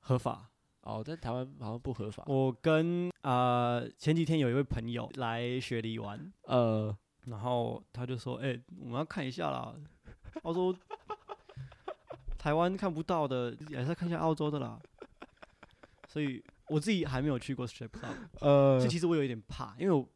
Speaker 2: 合法。
Speaker 1: 哦，但台湾好像不合法。
Speaker 2: 我跟啊、呃前几天有一位朋友来雪梨玩，
Speaker 1: 呃，
Speaker 2: 然后他就说：“哎、我们要看一下啦，澳洲、台湾看不到的，还是要看一下澳洲的啦。”所以我自己还没有去过 strip club，
Speaker 1: 呃
Speaker 2: 所以其实我有一点怕，因为我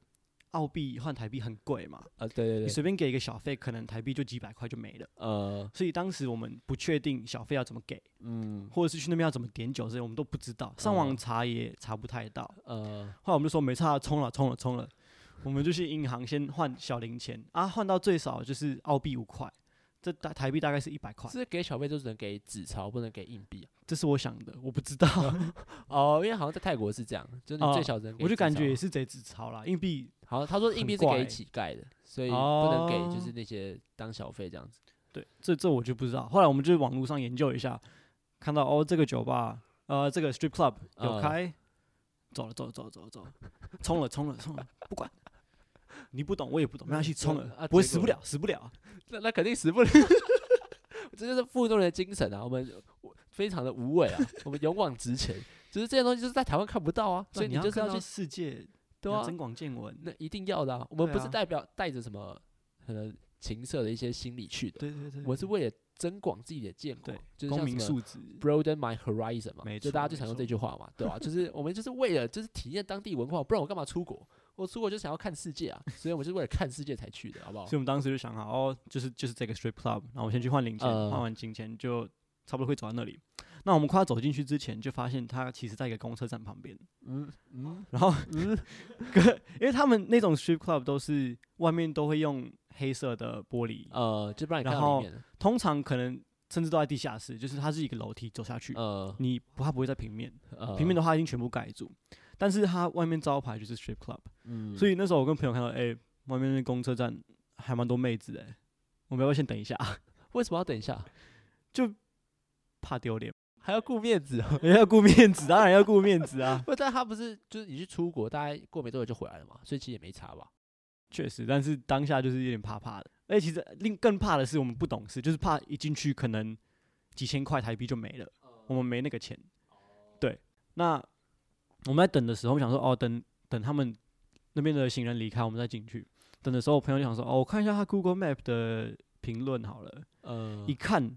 Speaker 2: 澳币换台币很贵嘛，
Speaker 1: 啊，对对
Speaker 2: 你
Speaker 1: 对，
Speaker 2: 随便给一个小费，可能台币就几百块就没了。
Speaker 1: 呃，
Speaker 2: 所以当时我们不确定小费要怎么给，
Speaker 1: 嗯，
Speaker 2: 或者是去那边要怎么点酒，这些我们都不知道，上网
Speaker 1: 嗯
Speaker 2: 查也查不太到。
Speaker 1: 呃，
Speaker 2: 后来我们就说没差，冲了，冲了，冲了。我们就去银行先换小零钱啊，换到最少就是澳币五块，这大台币大概是一百块。
Speaker 1: 是给小费就只能给纸钞，不能给硬币
Speaker 2: 这是我想的，我不 知道，
Speaker 1: 哦，因为好像在泰国是这样，就是你
Speaker 2: 哦
Speaker 1: 最小只能给
Speaker 2: 我就
Speaker 1: 纸
Speaker 2: 感
Speaker 1: 钞
Speaker 2: 觉也是贼纸钞啦，硬币。
Speaker 1: 好像他说硬
Speaker 2: 很
Speaker 1: 币是给
Speaker 2: 怪
Speaker 1: 乞丐的，所以不能给就
Speaker 2: 哦
Speaker 1: 是那些当小费这样子。
Speaker 2: 对，这这我就不知道。后来我们就网络上研究一下，看到哦，这个酒吧，呃，这个 strip club 有
Speaker 1: 嗯
Speaker 2: 开，走了，走了，走了，走了，走了，冲了，冲了，冲了，不管，你不懂我也不懂，没关系，冲
Speaker 1: 啊
Speaker 2: 了，不会
Speaker 1: 结
Speaker 2: 死不
Speaker 1: 果
Speaker 2: 了，死不了。
Speaker 1: 那那肯定死不了， 这就是富人的精神啊！我们我非常的 无畏啊，我们勇往直前。只是这些东西就是在台湾看不到啊，所
Speaker 2: 对
Speaker 1: 以
Speaker 2: 你
Speaker 1: 就是
Speaker 2: 看
Speaker 1: 要
Speaker 2: 到
Speaker 1: 去
Speaker 2: 世界
Speaker 1: 对啊
Speaker 2: 要，增广见闻。
Speaker 1: 那一定要的、啊。我们
Speaker 2: 对
Speaker 1: 不是
Speaker 2: 啊
Speaker 1: 代表带着什么可能情色的一些心理去的，
Speaker 2: 对啊对对，
Speaker 1: 我是为了增广自己的见
Speaker 2: 嗯对
Speaker 1: 闻，就是
Speaker 2: 公
Speaker 1: 像
Speaker 2: 民
Speaker 1: 什么
Speaker 2: 素质，
Speaker 1: broaden my horizon 嘛，
Speaker 2: 没
Speaker 1: 就大家
Speaker 2: 错
Speaker 1: 最
Speaker 2: 没
Speaker 1: 常用
Speaker 2: 错
Speaker 1: 这句话嘛，对吧、就是我们就是为了就是体验当地文化，不然我干嘛出国？我出国就想要看世界啊，所以我就是为了看世界才去的，好不好
Speaker 2: 所以？我们当时就想好，哦，就是就是这个 strip club，然后我先去换零钱，换、
Speaker 1: 呃
Speaker 2: 完金钱就差不多会走到那里。那我们快要走进去之前，就发现它其实在一个公车站旁边。
Speaker 1: 嗯嗯
Speaker 2: 然后，哥，因为他们那种 strip club 都是外面都会用黑色的玻璃，
Speaker 1: 呃，就不然你
Speaker 2: 然
Speaker 1: 看到
Speaker 2: 后
Speaker 1: 里面，
Speaker 2: 通常可能甚至都在地下室，就是它是一个楼梯走下去，
Speaker 1: 呃
Speaker 2: 你不它不会在平面，
Speaker 1: 呃，
Speaker 2: 平面的话已经全部盖住，但是它外面招牌就是 strip club，、
Speaker 1: 嗯，
Speaker 2: 所以那时候我跟朋友看到，哎、外面那公车站还蛮多妹子的、我们要不要先等一下？
Speaker 1: 为什么要等一下？
Speaker 2: 怕丢脸，
Speaker 1: 还要顾面子、哦？
Speaker 2: 人家要顾面子，当然要顾面子啊，
Speaker 1: 不，但他不是就是你去出国，大概过没多久就回来了嘛，所以其实也没差吧。
Speaker 2: 确实，但是当下就是有点怕怕的，而且其实另更怕的是我们不懂事，就是怕一进去可能几千块台币就没了，我们没那个钱。对，那我们在等的时候，我们想说哦，等等他们那边的行人离开，我们再进去。等的时候，我朋友就想说哦，我看一下他 Google Map 的评论好了，
Speaker 1: 呃
Speaker 2: 一看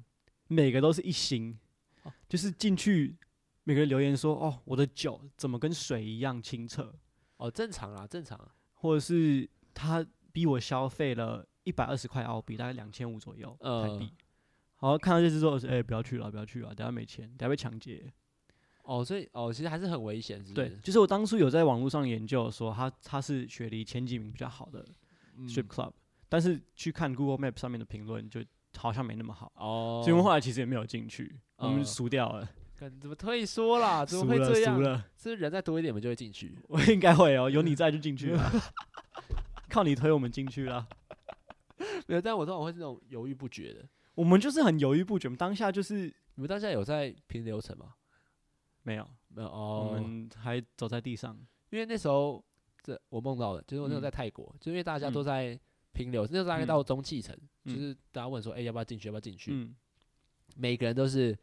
Speaker 2: 每个都是一星
Speaker 1: 哦，
Speaker 2: 就是进去每个人留言说哦，我的酒怎么跟水一样清澈，
Speaker 1: 哦，正常啦，正常啊。
Speaker 2: 或者是他逼我消费了一百二十块澳币，大概两千五左右台
Speaker 1: 呃
Speaker 2: 币。然后看到这只之后，哎、不要去了，不要去了，等下没钱，
Speaker 1: 嗯
Speaker 2: 等下被抢劫。
Speaker 1: 哦，所以哦，其实还是很危险，是不
Speaker 2: 对
Speaker 1: 是，？
Speaker 2: 就是我当初有在网络上研究说他，他是学历前几名比较好的
Speaker 1: 嗯
Speaker 2: strip club，、但是去看 Google Map 上面的评论，就好像没那么好。
Speaker 1: 哦，
Speaker 2: 所以我们后来其实也没有进去，我们
Speaker 1: 呃
Speaker 2: 就输掉了，
Speaker 1: 干怎么退缩 啦？怎么
Speaker 2: 输
Speaker 1: 会
Speaker 2: 了，
Speaker 1: 这
Speaker 2: 输
Speaker 1: 样？
Speaker 2: 了。
Speaker 1: 是不是人再多一点，我们就会进去？
Speaker 2: 我应该会哦，有你在就进去了， 靠你推我们进去了。
Speaker 1: 没有，但我通常会是那种犹豫不决的。
Speaker 2: 我们就是很犹豫不决，我们当下就是
Speaker 1: 你们当下有在评流程吗？
Speaker 2: 没有，
Speaker 1: 没有
Speaker 2: 我
Speaker 1: 哦，
Speaker 2: 们还走在地上，
Speaker 1: 因为那时候这我梦到的，就是我那时候
Speaker 2: 嗯
Speaker 1: 在泰国，就因为大家
Speaker 2: 嗯
Speaker 1: 都在评流，那时候大概
Speaker 2: 嗯
Speaker 1: 到中继城，就
Speaker 2: 嗯
Speaker 1: 是大家问说，哎，要不要进去？要不要进去？
Speaker 2: 嗯
Speaker 1: 每个人都是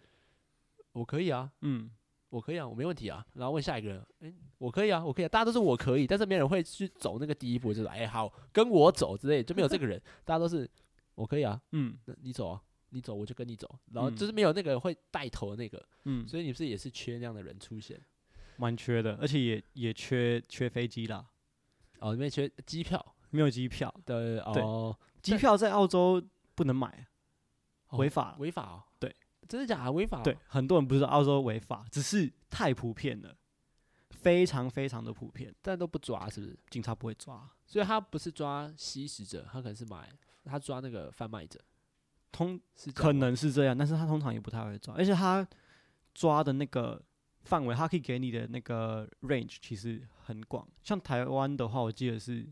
Speaker 1: 我可以啊，
Speaker 2: 嗯，
Speaker 1: 我可以啊，我没问题啊。然后问下一个人，哎、我可以啊，我可以啊，大家都是我可以，但是没有人会去走那个第一步，就是哎、好，跟我走之类，就没有这个人，大家都是我可以啊，
Speaker 2: 嗯
Speaker 1: 那你走啊，你走我就跟你走，然后
Speaker 2: 嗯
Speaker 1: 就是没有那个会带头的那个，
Speaker 2: 嗯，
Speaker 1: 所以你是也是缺那样的人出现
Speaker 2: 蛮缺的，而且也也缺缺飞机啦，
Speaker 1: 哦，因为缺机票
Speaker 2: 没有机票，
Speaker 1: 的
Speaker 2: 对
Speaker 1: 哦，
Speaker 2: 机票在澳洲不能买，
Speaker 1: 哦
Speaker 2: 违哦法。
Speaker 1: 违法、哦，
Speaker 2: 对，
Speaker 1: 真的假的？违法、哦
Speaker 2: 对，，很多人不知道澳洲违法，只是太普遍了，非常非常的普遍，
Speaker 1: 但都不抓是不是？
Speaker 2: 警察不会抓。
Speaker 1: 所以他不是抓吸食者，他可能是买，他抓那个贩卖者，
Speaker 2: 通
Speaker 1: 是这样
Speaker 2: 可
Speaker 1: 吗
Speaker 2: 能是这样，但是他通常也不太会抓，而且他抓的那个范围，他可以给你的那个 range 其实很广。像台湾的话，我记得是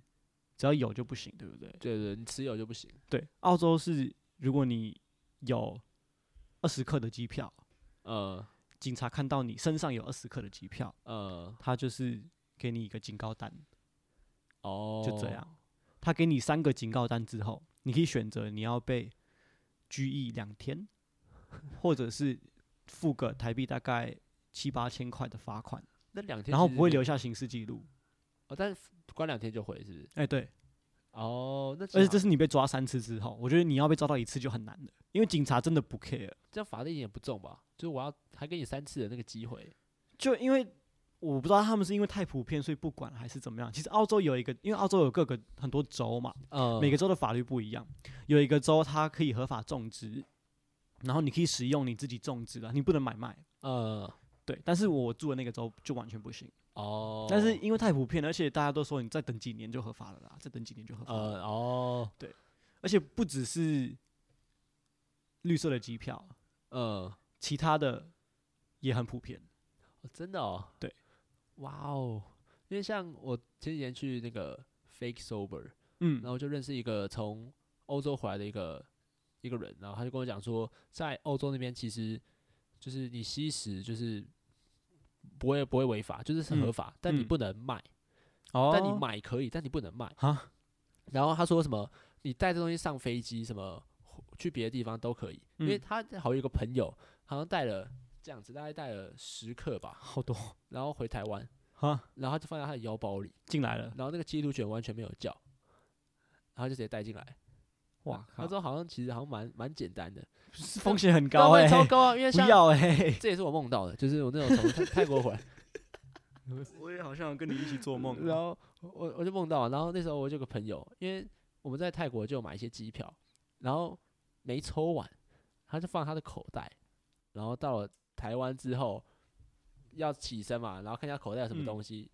Speaker 2: 只要有就不行，对不对？
Speaker 1: 对对，你持有就不行
Speaker 2: 对，澳洲是如果你有二十克的机票，
Speaker 1: 呃。
Speaker 2: 警察看到你身上有二十克的机票，
Speaker 1: 呃，
Speaker 2: 他就是给你一个警告单，
Speaker 1: 哦，
Speaker 2: 就这样。他给你三个警告单之后，你可以选择你要被拘役两天，或者是付个台币大概七八千块的罚款，
Speaker 1: 那两天
Speaker 2: 然后
Speaker 1: 其实
Speaker 2: 不会
Speaker 1: 没有
Speaker 2: 留，下刑事记录。
Speaker 1: 哦，但是关两天就回，是不是？
Speaker 2: 哎、对，
Speaker 1: 哦，那
Speaker 2: 而且这
Speaker 1: 这
Speaker 2: 是你被抓三次之后，我觉得你要被抓到一次就很难了，因为警察真的不 care。
Speaker 1: 这样罚的一点也不重吧？就是我要还给你三次的那个机会，
Speaker 2: 就因为我不知道他们是因为太普遍，所以不管还是怎么样。其实澳洲有一个，因为澳洲有各个很多州嘛，
Speaker 1: 呃
Speaker 2: 每个州的法律不一样，有一个州它可以合法种植，然后你可以使用你自己种植的，你不能买卖。
Speaker 1: 呃
Speaker 2: 对，但是我住的那个州就完全不行。
Speaker 1: 哦，
Speaker 2: 但是因为太普遍了，而且大家都说你再等几年就合法了啦，再等几年就合法了。
Speaker 1: 呃哦
Speaker 2: 而且不只是绿色的机票，
Speaker 1: 呃，
Speaker 2: 其他的也很普遍。
Speaker 1: 哦真的哦，
Speaker 2: 对，
Speaker 1: 哇哦，因为像我前几天去那个 Fake Sober，
Speaker 2: 嗯
Speaker 1: 然后就认识一个从欧洲回来的一个一个人，然后他就跟我讲说，在欧洲那边其实就是你吸食就是不会不会违法，就是是合
Speaker 2: 嗯
Speaker 1: 法，但你
Speaker 2: 嗯
Speaker 1: 不能卖，
Speaker 2: 哦
Speaker 1: 但你买可以，但你不能卖。
Speaker 2: 哈
Speaker 1: 然后他说什么，你带这东西上飞机，什么去别的地方都可以，因为
Speaker 2: 嗯
Speaker 1: 他好像有一个朋友好像带了这样子，大概带了十克吧，
Speaker 2: 好多
Speaker 1: 然后回台湾，
Speaker 2: 哈，
Speaker 1: 然后就放在他的腰包里，
Speaker 2: 进来了，
Speaker 1: 然后那个缉毒犬完全没有叫，然后就直接带进来。
Speaker 2: 哇
Speaker 1: 那
Speaker 2: 靠
Speaker 1: 时，候好像其实好像蛮蛮简单的，
Speaker 2: 风险很高
Speaker 1: 当
Speaker 2: 哎、
Speaker 1: 然超高啊！因为
Speaker 2: 不
Speaker 1: 像
Speaker 2: 要哎、
Speaker 1: 这也是我梦到的，就是我那种从泰 泰国回来，
Speaker 2: 我也好像跟你一起做梦啊
Speaker 1: 然后我我就梦到，然后那时候我就有个朋友，因为我们在泰国就有买一些机票，然后没抽完，他就放他的口袋，然后到了台湾之后要起身嘛，然后看一下口袋有什么
Speaker 2: 嗯
Speaker 1: 东西，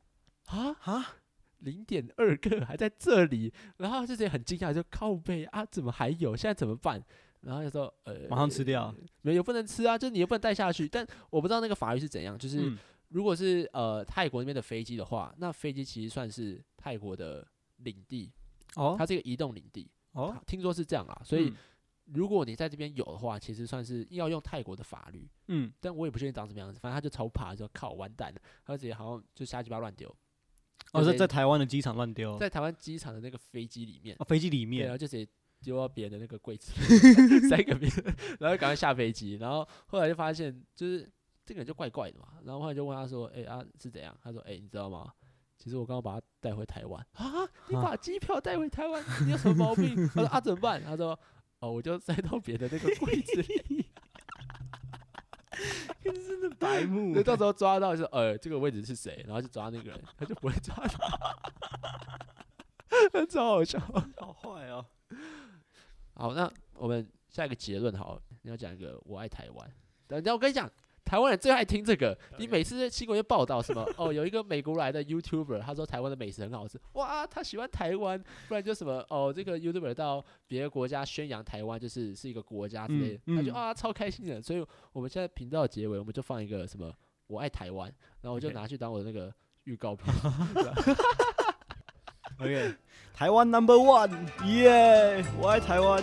Speaker 1: 啊，
Speaker 2: 啊，
Speaker 1: 零点二个还在这里，然后他就直接很惊讶，就靠背啊，怎么还有？现在怎么办？然后就说呃，
Speaker 2: 马上吃掉，
Speaker 1: 没有也不能吃啊，就是你又不能带下去。但我不知道那个法律是怎样，就是。
Speaker 2: 嗯，
Speaker 1: 如果是呃泰国那边的飞机的话，那飞机其实算是泰国的领地，
Speaker 2: 哦
Speaker 1: 它是一个移动领地，
Speaker 2: 哦，
Speaker 1: 听说是这样啦。所以
Speaker 2: 嗯
Speaker 1: 如果你在这边有的话，其实算是要用泰国的法律，
Speaker 2: 嗯，
Speaker 1: 但我也不确定长什么样子。反正他就超怕，就靠完蛋了，他就直接好像就瞎鸡巴乱丢，
Speaker 2: 哦，
Speaker 1: 就
Speaker 2: 在
Speaker 1: 是
Speaker 2: 在台湾的机场乱丢，
Speaker 1: 在台湾机场的那个飞机里面，
Speaker 2: 哦飞机里
Speaker 1: 对，然
Speaker 2: 面
Speaker 1: 后就直接丢到别人的那个柜子， 塞给别人，然后赶快下飞机。然后后来就发现，就是这个人就怪怪的嘛。然后后来就问他说：“哎、啊是怎样？”他说：“哎、你知道吗？其实我刚刚把他带回台湾啊，你
Speaker 2: 啊
Speaker 1: 把机票带回台湾，你有什么毛病？”他说：“啊，怎么办？”他说：“哦，我就塞到别的那个柜子 里，
Speaker 2: 白 目
Speaker 1: 那到时候抓到就呃这个位置是谁，然后就抓那个人，他就不会抓他。”超好笑。
Speaker 2: 好坏哦。
Speaker 1: 好，那我们下一个结论好了，你要讲一个我爱台湾。等下我跟你讲，台湾人最爱听这个。你每次在新闻就报道什么 哦，有一个美国来的 YouTuber，他说台湾的美食很好吃，哇，他喜欢台湾，不然就什么哦，这个 YouTuber 到别的国家宣扬台湾就是是一个国家之类的，
Speaker 2: 嗯
Speaker 1: 他就
Speaker 2: 嗯
Speaker 1: 啊超开心的。所以我们现在频道的结尾我们就放一个什么我爱台湾，然后我就
Speaker 2: OK
Speaker 1: 拿去当我的那个预告片。
Speaker 2: OK，台湾 Number One，耶！我爱台湾。